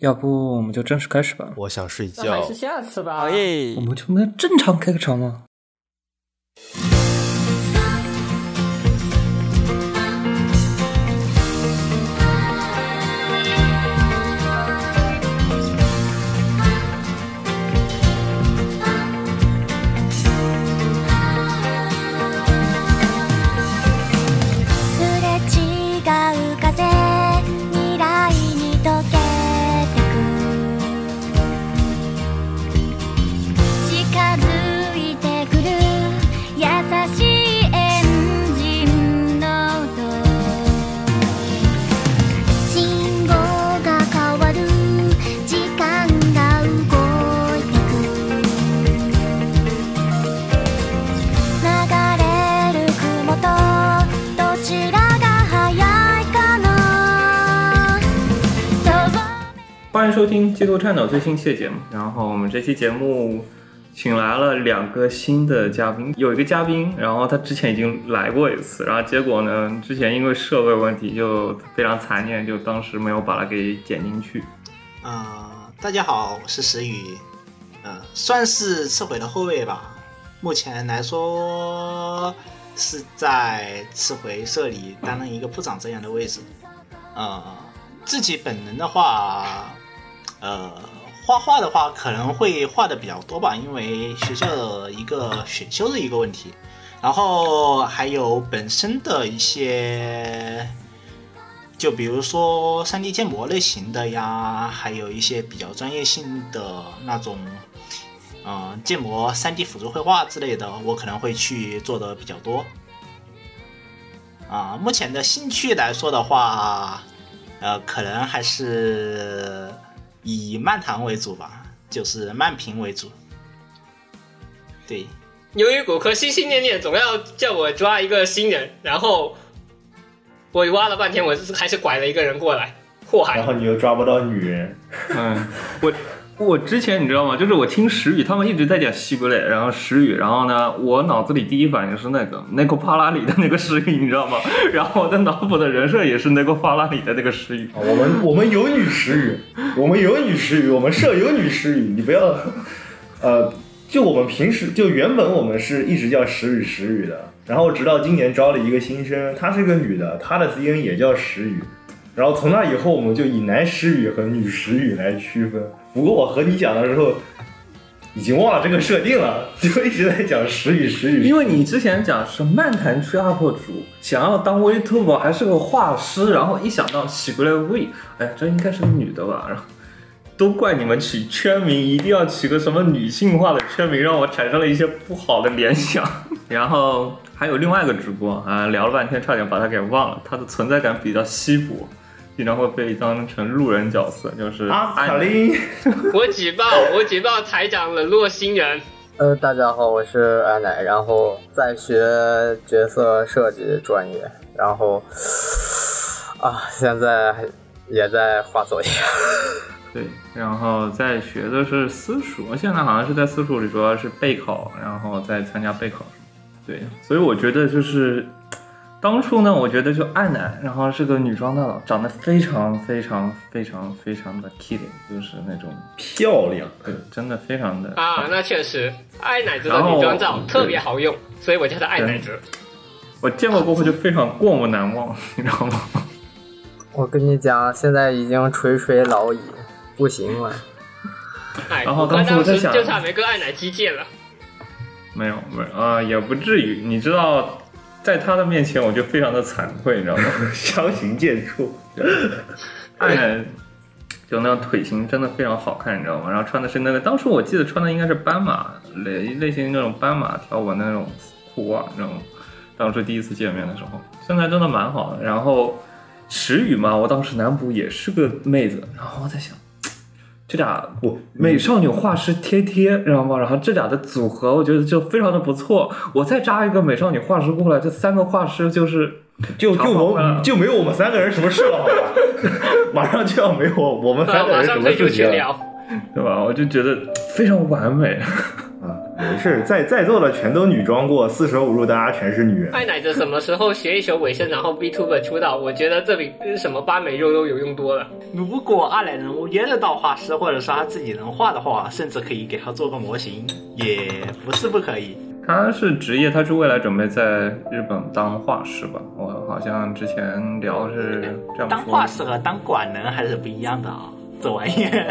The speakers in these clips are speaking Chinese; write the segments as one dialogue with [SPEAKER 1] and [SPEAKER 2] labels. [SPEAKER 1] 要不我们就正式开始吧？
[SPEAKER 2] 我想睡
[SPEAKER 3] 那还
[SPEAKER 2] 觉
[SPEAKER 3] 是。下次吧。
[SPEAKER 4] 好耶
[SPEAKER 1] 我！们就没有正常开个场吗？
[SPEAKER 5] すれ違う風未来に溶けてく近づいてくる優しいエンジンの音信号が変わる時間が動いてく流れる雲とどちらが早いかな
[SPEAKER 3] 欢迎收听《基督颤抖》最新期的节目。然后我们这期节目请来了两个新的嘉宾，有一个嘉宾，然后他之前已经来过一次，然后结果呢，之前因为设备问题就非常残念，就当时没有把它给剪进去。
[SPEAKER 4] 啊、大家好，我是石宇，嗯、算是赤鬼的后卫吧。目前来说是在赤回社里担任一个部长这样的位置。呃，自己本人的话，呃，画画的话可能会画的比较多吧，因为学校的一个选修的一个问题，然后还有本身的一些就比如说 3D 建模类型的呀，还有一些比较专业性的那种，嗯、建模 3D 辅助绘画之类的，我可能会去做的比较多。啊，目前的兴趣来说的话，呃，可能还是以漫谈为主吧，就是漫评为主。对，
[SPEAKER 6] 由于骨科心心念念总要叫我抓一个新人，然后我挖了半天，我还是拐了一个人过来，祸害
[SPEAKER 3] 啊
[SPEAKER 2] 然。后你又抓不到女人，
[SPEAKER 3] 嗯，我我之前你知道吗？就是我听石宇他们一直在讲西格类，然后石宇，然后呢，我脑子里第一反应是那个那个帕拉里的那个石宇，你知道吗？然后我的脑补的人设也是那个帕拉里的那个石宇。
[SPEAKER 2] 啊我们我们有女石语，我们有女石语，我们社有女石语，你不要，呃，就我们平时就原本我们是一直叫石语石语的，然后直到今年招了一个新生，她是个女的，她的 CN 也叫石语，然后从那以后我们就以男石语和女石语来区分。不过我和你讲的时候，已经忘了这个设定了，就一直在讲石语石语，
[SPEAKER 1] 因为你之前讲是漫谈区 UP 主，想要当 Vtuber 还是个画师，然后一想到喜格雷 V，哎，这应该是个女的吧？然后都怪你们取圈名，一定要取个什么女性化的圈名，让我产生了一些不好的联想。 然后还有另外一个主播啊，聊了半天，差点把他给忘了，他的存在感比较稀薄。经常会被当成路人角色，就是
[SPEAKER 2] 阿卡
[SPEAKER 1] 安
[SPEAKER 2] 琳。
[SPEAKER 6] 我举报， 我举报台长冷落新人。
[SPEAKER 7] 呃，大家好，我是安奶，然后在学角色设计专业，然后啊，现在也在画作业。
[SPEAKER 3] 对，然后在学的是私塾，现在好像是在私塾里，主要是备考，然后再参加备考。对，所以我觉得就是当初呢，我觉得就爱奶，然后是个女装大佬，长得非常非常非常非常的 kitty，就是那种
[SPEAKER 2] 漂亮，
[SPEAKER 3] 对，真的非常的
[SPEAKER 6] 啊，那确实，爱奶子的
[SPEAKER 3] 然后
[SPEAKER 6] 女装照
[SPEAKER 3] 嗯
[SPEAKER 6] 特别好用，所以我叫她爱奶子。
[SPEAKER 3] 我见过过后就非常过目难忘，你知道吗？
[SPEAKER 7] 我跟你讲，现在已经垂垂老矣，不行了。
[SPEAKER 6] 哎，
[SPEAKER 3] 然后
[SPEAKER 6] 我哥
[SPEAKER 3] 当时我
[SPEAKER 6] 当
[SPEAKER 3] 在
[SPEAKER 6] 时
[SPEAKER 3] 想
[SPEAKER 6] 就差没跟爱奶击剑了。
[SPEAKER 3] 没有，没有啊、也不至于，你知道，在他的面前我就非常的惭愧，你知道吗？
[SPEAKER 2] 相形见绌。
[SPEAKER 3] 爱人就哎那腿型真的非常好看，你知道吗？然后穿的是那个，当时我记得穿的应该是斑马类类型那种斑马条纹的那种裤袜，你知道吗？当时第一次见面的时候，身材真的蛮好的。然后池宇嘛，我当时男补也是个妹子，然后我在想，这俩
[SPEAKER 2] 不，
[SPEAKER 3] 美少女画师贴贴，知道吗？然后这俩的组合，我觉得就非常的不错。我再扎一个美少女画师过来，这三个画师就是
[SPEAKER 2] 就
[SPEAKER 3] 长
[SPEAKER 2] 就
[SPEAKER 3] 头
[SPEAKER 2] 我
[SPEAKER 3] 发
[SPEAKER 2] 们就没有我们三个人什么事了，好吧？ 马上就要没有我们
[SPEAKER 6] 啊，
[SPEAKER 2] 三个
[SPEAKER 6] 马
[SPEAKER 2] 人什
[SPEAKER 6] 上
[SPEAKER 2] 么
[SPEAKER 6] 退出
[SPEAKER 2] 事
[SPEAKER 6] 群
[SPEAKER 2] 情了。
[SPEAKER 6] 聊。
[SPEAKER 3] 对吧？我就觉得非常完美。
[SPEAKER 2] 嗯，没事儿，在在座的全都女装过，四舍五入大家全是女人。
[SPEAKER 6] 爱奶子什么时候学一学尾声，然后 B Tuber 出道？我觉得这比什么八美肉肉有用多了。
[SPEAKER 4] 如果二奶能约得到画师，或者说他自己能画的话，甚至可以给他做个模型，也不是不可以。
[SPEAKER 3] 他是职业，他是未来准备在日本当画师吧？我好像之前聊是这样说。
[SPEAKER 4] 当画师和当管人还是不一样的啊、这玩意儿。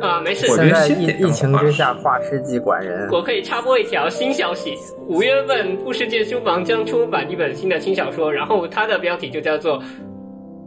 [SPEAKER 6] 啊、没事，
[SPEAKER 3] 我觉
[SPEAKER 7] 现
[SPEAKER 3] 得
[SPEAKER 7] 在
[SPEAKER 3] 先
[SPEAKER 7] 疫
[SPEAKER 3] 得当
[SPEAKER 7] 疫情
[SPEAKER 3] 画
[SPEAKER 7] 之
[SPEAKER 3] 师
[SPEAKER 7] 下，画师技管人，
[SPEAKER 6] 我可以插播一条新消息：五月份故事界书房将出版一本新的轻小说，然后它的标题就叫做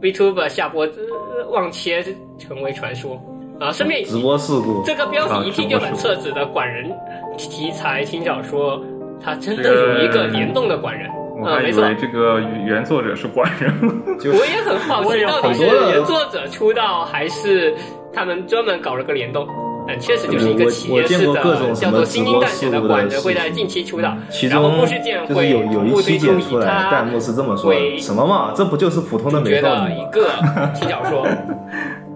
[SPEAKER 6] 《VTuber 下播、呃、忘切成为传说》啊。顺便一提
[SPEAKER 2] 直播事故，
[SPEAKER 6] 这个标题一听就很厕纸的管人题材轻小说，它真的
[SPEAKER 3] 这个
[SPEAKER 6] 有一个联动的管人
[SPEAKER 3] 我
[SPEAKER 6] 啊，
[SPEAKER 3] 还
[SPEAKER 6] 没
[SPEAKER 3] 以
[SPEAKER 6] 错。
[SPEAKER 3] 为这个原作者是官人，
[SPEAKER 2] 就是
[SPEAKER 6] 我也很好
[SPEAKER 4] 我也
[SPEAKER 6] 奇，
[SPEAKER 4] 有
[SPEAKER 6] 到底
[SPEAKER 2] 很
[SPEAKER 6] 是
[SPEAKER 2] 多的
[SPEAKER 6] 原作者出道，还是他们专门搞了个联动？嗯，确实就是一个企业式
[SPEAKER 2] 我我见过各种
[SPEAKER 6] 的，
[SPEAKER 2] 什
[SPEAKER 6] 叫
[SPEAKER 2] 么
[SPEAKER 6] 做“
[SPEAKER 2] 直
[SPEAKER 6] 新英
[SPEAKER 2] 播
[SPEAKER 6] 蛋
[SPEAKER 2] 事
[SPEAKER 6] 卷”的
[SPEAKER 2] 故的
[SPEAKER 6] 管
[SPEAKER 2] 事
[SPEAKER 6] 人会在
[SPEAKER 2] 情
[SPEAKER 6] 近期出道，
[SPEAKER 2] 嗯其
[SPEAKER 6] 然后
[SPEAKER 2] 中
[SPEAKER 6] 故事键
[SPEAKER 2] 就是
[SPEAKER 6] 会
[SPEAKER 2] 有有
[SPEAKER 6] 同
[SPEAKER 2] 一
[SPEAKER 6] 步推
[SPEAKER 2] 期剪
[SPEAKER 6] 出
[SPEAKER 2] 出
[SPEAKER 6] 以
[SPEAKER 2] 来，弹
[SPEAKER 6] 他
[SPEAKER 2] 幕是这么说的：
[SPEAKER 6] 为
[SPEAKER 2] 什么嘛，这不就是普通的
[SPEAKER 6] 主
[SPEAKER 2] 美
[SPEAKER 6] 角
[SPEAKER 2] 少
[SPEAKER 6] 的
[SPEAKER 2] 女
[SPEAKER 6] 一
[SPEAKER 2] 吗？
[SPEAKER 6] 个轻小说。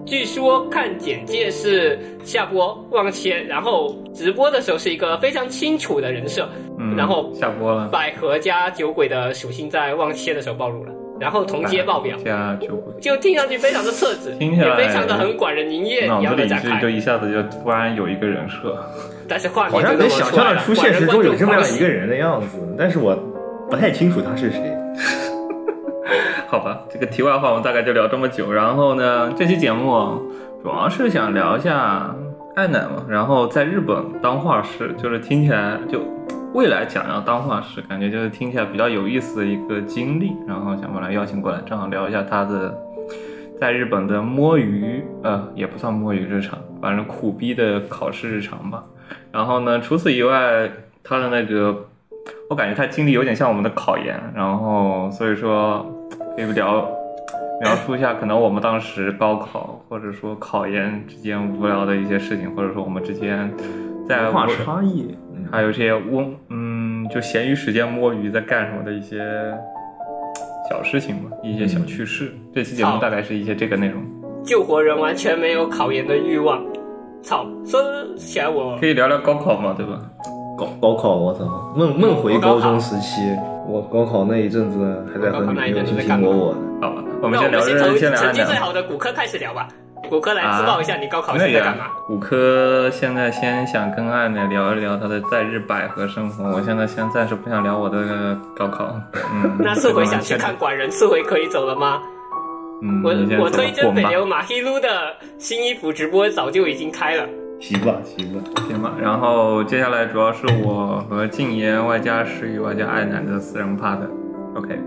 [SPEAKER 6] 据说看简介是下播忘切，然后直播的时候是一个非常清楚的人设，
[SPEAKER 3] 嗯，
[SPEAKER 6] 然后
[SPEAKER 3] 下播了，
[SPEAKER 6] 百合加酒鬼的属性在忘切的时候暴露了，然后同
[SPEAKER 2] 哎
[SPEAKER 6] 阶爆表。
[SPEAKER 3] 加酒鬼，
[SPEAKER 6] 就听上去非常的厕纸，
[SPEAKER 3] 听起来
[SPEAKER 6] 也非常的很管人营业
[SPEAKER 3] 脑
[SPEAKER 6] 一
[SPEAKER 3] 子
[SPEAKER 6] 样
[SPEAKER 3] 里
[SPEAKER 6] 的展
[SPEAKER 3] 就就
[SPEAKER 6] 开，
[SPEAKER 3] 一下子就突然有一个人设，
[SPEAKER 6] 但是画面
[SPEAKER 2] 好像
[SPEAKER 6] 就
[SPEAKER 2] 能
[SPEAKER 6] 那么
[SPEAKER 2] 想
[SPEAKER 6] 出来
[SPEAKER 2] 象
[SPEAKER 6] 了
[SPEAKER 2] 得出现实中有这么样一个
[SPEAKER 6] 人，
[SPEAKER 2] 人的样子，但是我不太清楚他是谁。
[SPEAKER 3] 好吧，这个题外话我们大概就聊这么久。然后呢，这期节目主要是想聊一下爱奶嘛，然后在日本当画师，就是听起来就未来想要当画师，感觉就是听起来比较有意思的一个经历。然后想把他邀请过来，正好聊一下他的在日本的摸鱼，呃，也不算摸鱼日常，反正苦逼的考试日常吧。然后呢，除此以外，他的那个，我感觉他经历有点像我们的考研，然后所以说可以聊描述一下，可能我们当时高考或者说考研之间无聊的一些事情，或者说我们之间在
[SPEAKER 2] 文化
[SPEAKER 3] 无
[SPEAKER 2] 差异，嗯
[SPEAKER 3] 还有这些我嗯，就闲余时间摸鱼在干什么的一些小事情嘛，一些小趣事。这期节
[SPEAKER 6] 嗯
[SPEAKER 3] 目
[SPEAKER 6] 好
[SPEAKER 3] 大概是一些这个内容，
[SPEAKER 6] 救活人完全没有考研的欲望。操，说起来我
[SPEAKER 3] 可以聊聊高考嘛，对吧？
[SPEAKER 2] 高高考，我操，梦梦回高中时期，我高考那一阵子还在和女朋友卿卿我我呢。
[SPEAKER 3] 好吧，我
[SPEAKER 6] 那
[SPEAKER 3] 们先
[SPEAKER 6] 我
[SPEAKER 3] 聊
[SPEAKER 6] 们先
[SPEAKER 3] 这
[SPEAKER 6] 从
[SPEAKER 3] 个，先聊
[SPEAKER 6] 成
[SPEAKER 3] 安
[SPEAKER 6] 绩
[SPEAKER 3] 南
[SPEAKER 6] 最好的骨科开始聊吧。骨科来自曝一下你高考
[SPEAKER 3] 那
[SPEAKER 6] 是
[SPEAKER 3] 也
[SPEAKER 6] 在干嘛？
[SPEAKER 3] 五科现在先想跟爱奶聊一聊她的在日百合生活。
[SPEAKER 6] 嗯
[SPEAKER 3] 我现在先暂时不想聊我的高考。嗯，
[SPEAKER 6] 那次回想去看管人，次回可以走了吗？
[SPEAKER 3] 嗯，
[SPEAKER 6] 我
[SPEAKER 3] 你先
[SPEAKER 6] 我
[SPEAKER 3] 走吧
[SPEAKER 6] 推荐
[SPEAKER 3] 滚
[SPEAKER 6] 北
[SPEAKER 3] 吧
[SPEAKER 6] 流马希撸的新衣服直播早就已经开了，
[SPEAKER 2] 行吧，行吧，
[SPEAKER 3] 行吧，然后接下来主要是我和静爷外加石宇外加爱奶的私人趴的，OK，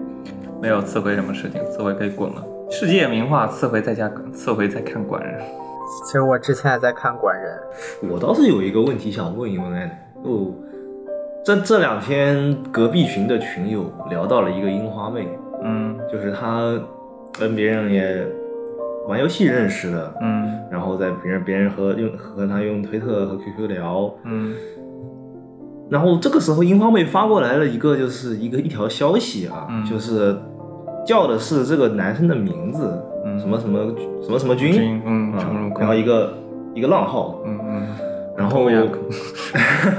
[SPEAKER 3] 没有刺回什么事情，刺回可以滚了。世界名画，刺回在家，刺回在看管人。
[SPEAKER 7] 其实我之前也在看管人，
[SPEAKER 2] 我倒是有一个问题想问一问爱奶哦。这这两天隔壁群的群友聊到了一个樱花妹，
[SPEAKER 3] 嗯
[SPEAKER 2] 就是她跟别人也玩游戏认识的，
[SPEAKER 3] 嗯
[SPEAKER 2] 然后在别人别人和用和她用推特和 QQ 聊，
[SPEAKER 3] 嗯
[SPEAKER 2] 然后这个时候，樱花妹发过来了一个，就是一个一条消息啊，
[SPEAKER 3] 嗯
[SPEAKER 2] 就是叫的是这个男生的名字，
[SPEAKER 3] 嗯
[SPEAKER 2] 什么什么什么什么
[SPEAKER 3] 君
[SPEAKER 2] 君，
[SPEAKER 3] 嗯
[SPEAKER 2] 啊
[SPEAKER 3] 什么什么君
[SPEAKER 2] 然后一个一个浪号，
[SPEAKER 3] 嗯嗯，
[SPEAKER 2] 然后
[SPEAKER 3] 同样，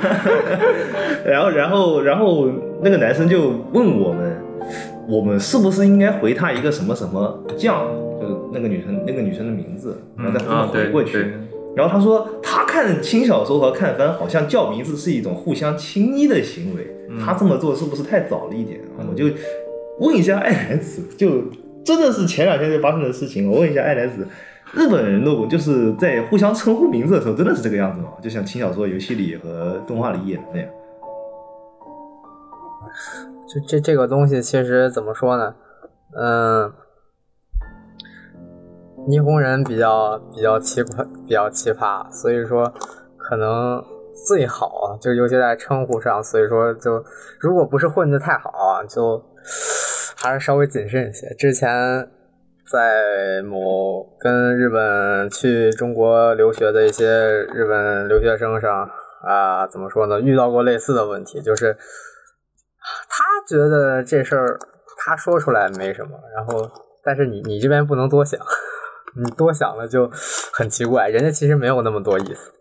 [SPEAKER 2] 然后然后然后那个男生就问我们，我们是不是应该回他一个什么什么酱，就是那个女生那个女生的名字，然后再
[SPEAKER 3] 嗯
[SPEAKER 2] 这么
[SPEAKER 3] 啊
[SPEAKER 2] 回
[SPEAKER 3] 对
[SPEAKER 2] 过去。
[SPEAKER 3] 对，
[SPEAKER 2] 然后他说，他看轻小说和看番好像叫名字是一种互相亲昵的行为，他这么做是不是太早了一点？我就问一下爱莲子，就真的是前两天就发生的事情。我问一下爱莲子，日本人都就是在互相称呼名字的时候，真的是这个样子吗？就像轻小说、游戏里和动画里演的那样。
[SPEAKER 7] 这这这个东西其实怎么说呢？嗯，霓虹人比较比较奇葩，比较奇葩，所以说可能最好啊，就尤其在称呼上，所以说就如果不是混的太好啊，就还是稍微谨慎一些。之前在某跟日本去中国留学的一些日本留学生上啊、怎么说呢？遇到过类似的问题，就是他觉得这事儿他说出来没什么，然后但是你你这边不能多想， 你多想了就很奇怪，人家其实没有那么多意思。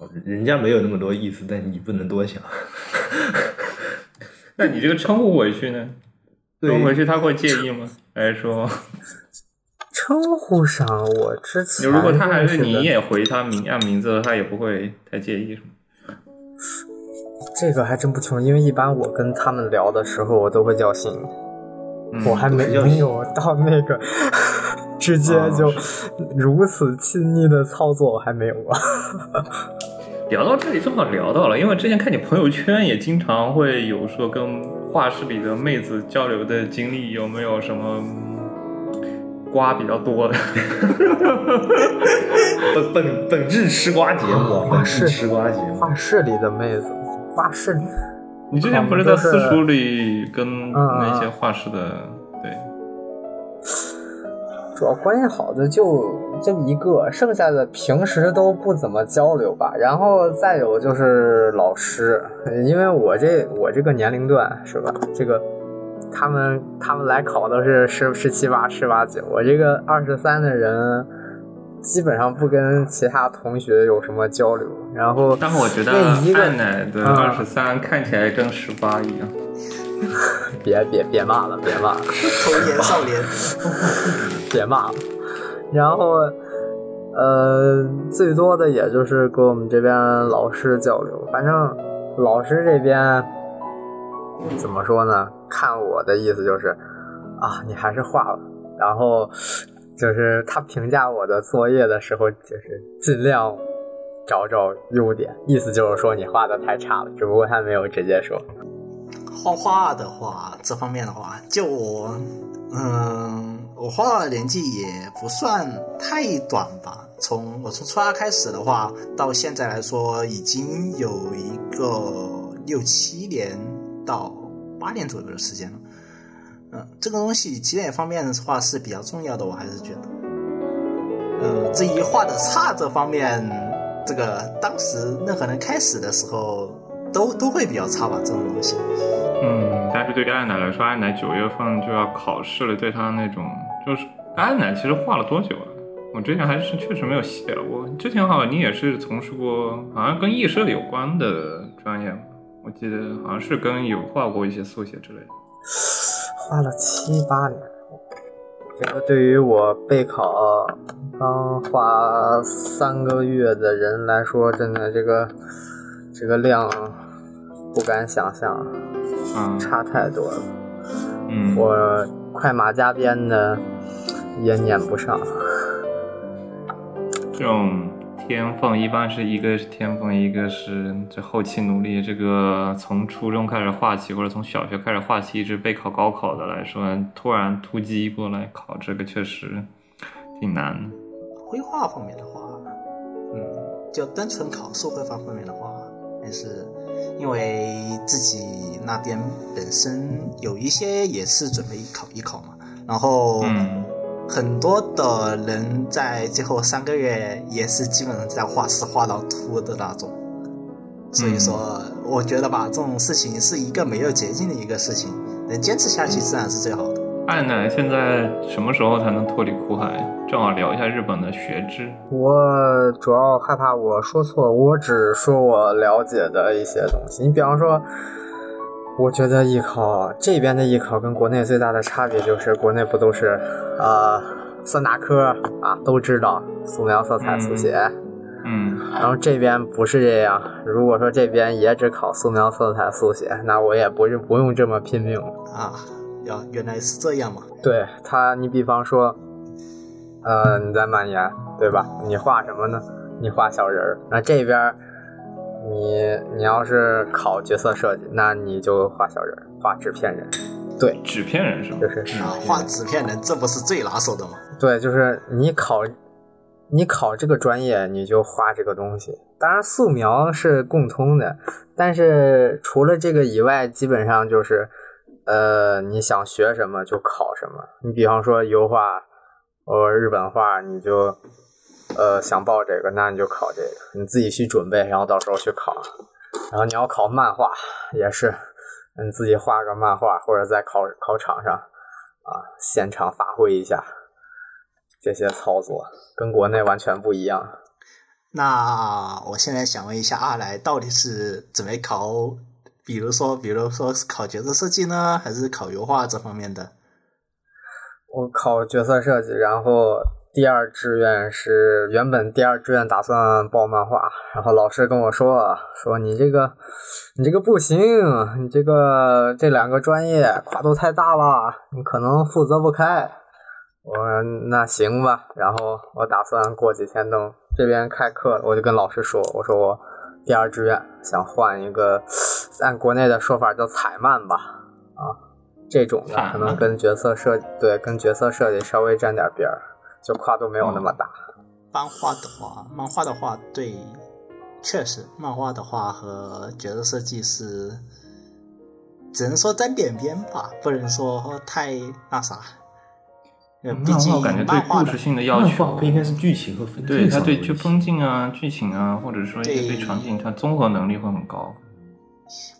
[SPEAKER 2] 哦人家没有那么多意思，但你不能多想。
[SPEAKER 3] 那你这个称呼回去呢？
[SPEAKER 2] 对
[SPEAKER 3] 称呼回去他会介 意吗？还是说，
[SPEAKER 7] 称呼上我之
[SPEAKER 3] 你
[SPEAKER 7] 前
[SPEAKER 3] 如果他还是
[SPEAKER 7] 认识
[SPEAKER 3] 你
[SPEAKER 7] 的
[SPEAKER 3] 也回他名按名字，他也不会太介意什么？
[SPEAKER 7] 这个还真不清楚，因为一般我跟他们聊的时候，我都会叫姓，
[SPEAKER 3] 嗯
[SPEAKER 7] 我还没
[SPEAKER 2] 都是叫姓
[SPEAKER 7] 没有到那个 直接
[SPEAKER 3] 啊
[SPEAKER 7] 就如此亲昵的操作，我还没有啊过。
[SPEAKER 3] 聊到这里正好聊到了，因为之前看你朋友圈也经常会有说跟画室里的妹子交流的经历，有没有什么嗯瓜比较 多的？
[SPEAKER 2] 本本本质吃瓜节目啊，本质吃瓜节目。
[SPEAKER 7] 画室里的妹子，画室里
[SPEAKER 3] 你之前不是在私塾里跟那些画室的
[SPEAKER 7] 嗯
[SPEAKER 3] 对
[SPEAKER 7] 主要关系好的就这么一个，剩下的平时都不怎么交流吧。然后再有就是老师，因为我这我这个年龄段是吧，这个他们他们来考都是十十七八、十八九，我这个二十三的人。基本上不跟其他同学有什么交流，然后
[SPEAKER 3] 但我觉得
[SPEAKER 7] 那哎一个
[SPEAKER 3] 按奶的
[SPEAKER 7] 嗯
[SPEAKER 3] 二十三看起来跟十八一样，
[SPEAKER 7] 别别别骂了，别 骂了。
[SPEAKER 4] 童颜少年，
[SPEAKER 7] 别骂了。然后，呃，最多的也就是跟我们这边老师交流，反正老师这边怎么说呢？看我的意思就是，啊，你还是画吧。然后就是他评价我的作业的时候，就是尽量找找优点，意思就是说你画的太差了，只不过他没有直接说。
[SPEAKER 4] 画画的话，这方面的话，就我，嗯，我画画的年纪也不算太短吧。从我从初二开始的话，到现在来说，已经有一个六七年到八年左右的时间了。嗯，这个东西积累方面的话是比较重要的，我还是觉得。呃，至于画的差这方面，这个当时任何人开始的时候都都会比较差吧，这种东西。
[SPEAKER 3] 嗯，但是对于爱奶来说，爱奶九月份就要考试了，对她那种就是爱奶其实画了多久啊？我之前还是确实没有写过，之前好像你也是从事过，好像跟艺设有关的专业吧，我记得好像是跟有画过一些速写之类的。
[SPEAKER 7] 花了七八年。这个对于我备考刚花三个月的人来说，真的这个这个量不敢想象，
[SPEAKER 3] 嗯
[SPEAKER 7] 差太多了。
[SPEAKER 3] 嗯，
[SPEAKER 7] 我快马加鞭的也撵不上。
[SPEAKER 3] 这种天分一般是一个是天分，一个是这后期努力。这个从初中开始画起，或者从小学开始画起，一直备考高考的来说，突然突击过来考这个，确实挺难的。
[SPEAKER 4] 绘画方面的话，嗯，就单纯考试绘画方面的话，还是因为自己那边本身有一些也是准备考一考嘛，然后
[SPEAKER 3] 嗯
[SPEAKER 4] 很多的人在最后三个月也是基本上在画室画到秃的那种。所以说，我觉得吧，这种事情是一个没有捷径的一个事情，能坚持下去自然是最好的。
[SPEAKER 3] 爱奶现在什么时候才能脱离苦海？正好聊一下日本的学制。
[SPEAKER 7] 我主要害怕我说错，我只说我了解的一些东西。你比方说，我觉得艺考这边的艺考跟国内最大的差别就是，国内不都是啊、呃三大科啊都知道素描、色彩、速写，
[SPEAKER 3] 嗯，
[SPEAKER 7] 然后这边不是这样。如果说这边也只考素描、色彩、速写，那我也不是不用这么拼命了
[SPEAKER 4] 啊，要原来是这样嘛。
[SPEAKER 7] 对他，你比方说，呃，你在蔓延，对吧？你画什么呢？你画小人儿。那这边儿，你你要是考角色设计，那你就画小人儿，画纸片人，
[SPEAKER 3] 纸片人是吗
[SPEAKER 7] 就？是
[SPEAKER 4] 啊，画纸片人这不是最拿手的吗？
[SPEAKER 7] 对，就是你考，你考这个专业，你就画这个东西。当然，素描是共通的，但是除了这个以外，基本上就是，呃，你想学什么就考什么。你比方说油画，呃，日本画，你就，呃，想报这个，那你就考这个，你自己去准备，然后到时候去考。啊然后你要考漫画，也是，你自己画个漫画，或者在考考场上，啊，现场发挥一下。这些操作跟国内完全不一样。
[SPEAKER 4] 那我现在想问一下，阿来到底是准备考，比如说，比如说是考角色设计呢，还是考油画这方面的？
[SPEAKER 7] 我考角色设计，然后第二志愿是原本第二志愿打算报漫画，然后老师跟我说啊说你这个你这个不行，你这个这两个专业跨度太大了，你可能负责不开。我说那行吧，然后我打算过几天等这边开课了，我就跟老师说，我说我第二志愿想换一个，按国内的说法叫彩漫吧，啊，这种的可能跟角色设对跟角色设计稍微沾点边儿，就跨度没有那么大。
[SPEAKER 4] 漫画的话，漫画的话，对，确实，漫画的话和角色设计是，只能说沾点边吧，不能说太那啥。呃毕
[SPEAKER 3] 嗯漫
[SPEAKER 4] 竟
[SPEAKER 3] 画感觉对
[SPEAKER 4] 漫画
[SPEAKER 3] 故
[SPEAKER 4] 的
[SPEAKER 3] 事性的要求
[SPEAKER 1] 漫画，不应该是剧情和分
[SPEAKER 3] 对
[SPEAKER 1] 镜
[SPEAKER 3] 它
[SPEAKER 1] 上的
[SPEAKER 3] 对
[SPEAKER 1] 问
[SPEAKER 3] 就
[SPEAKER 1] 题
[SPEAKER 3] 风景啊、剧情啊，或者说一些对
[SPEAKER 4] 对
[SPEAKER 3] 场景，它综合能力会很高。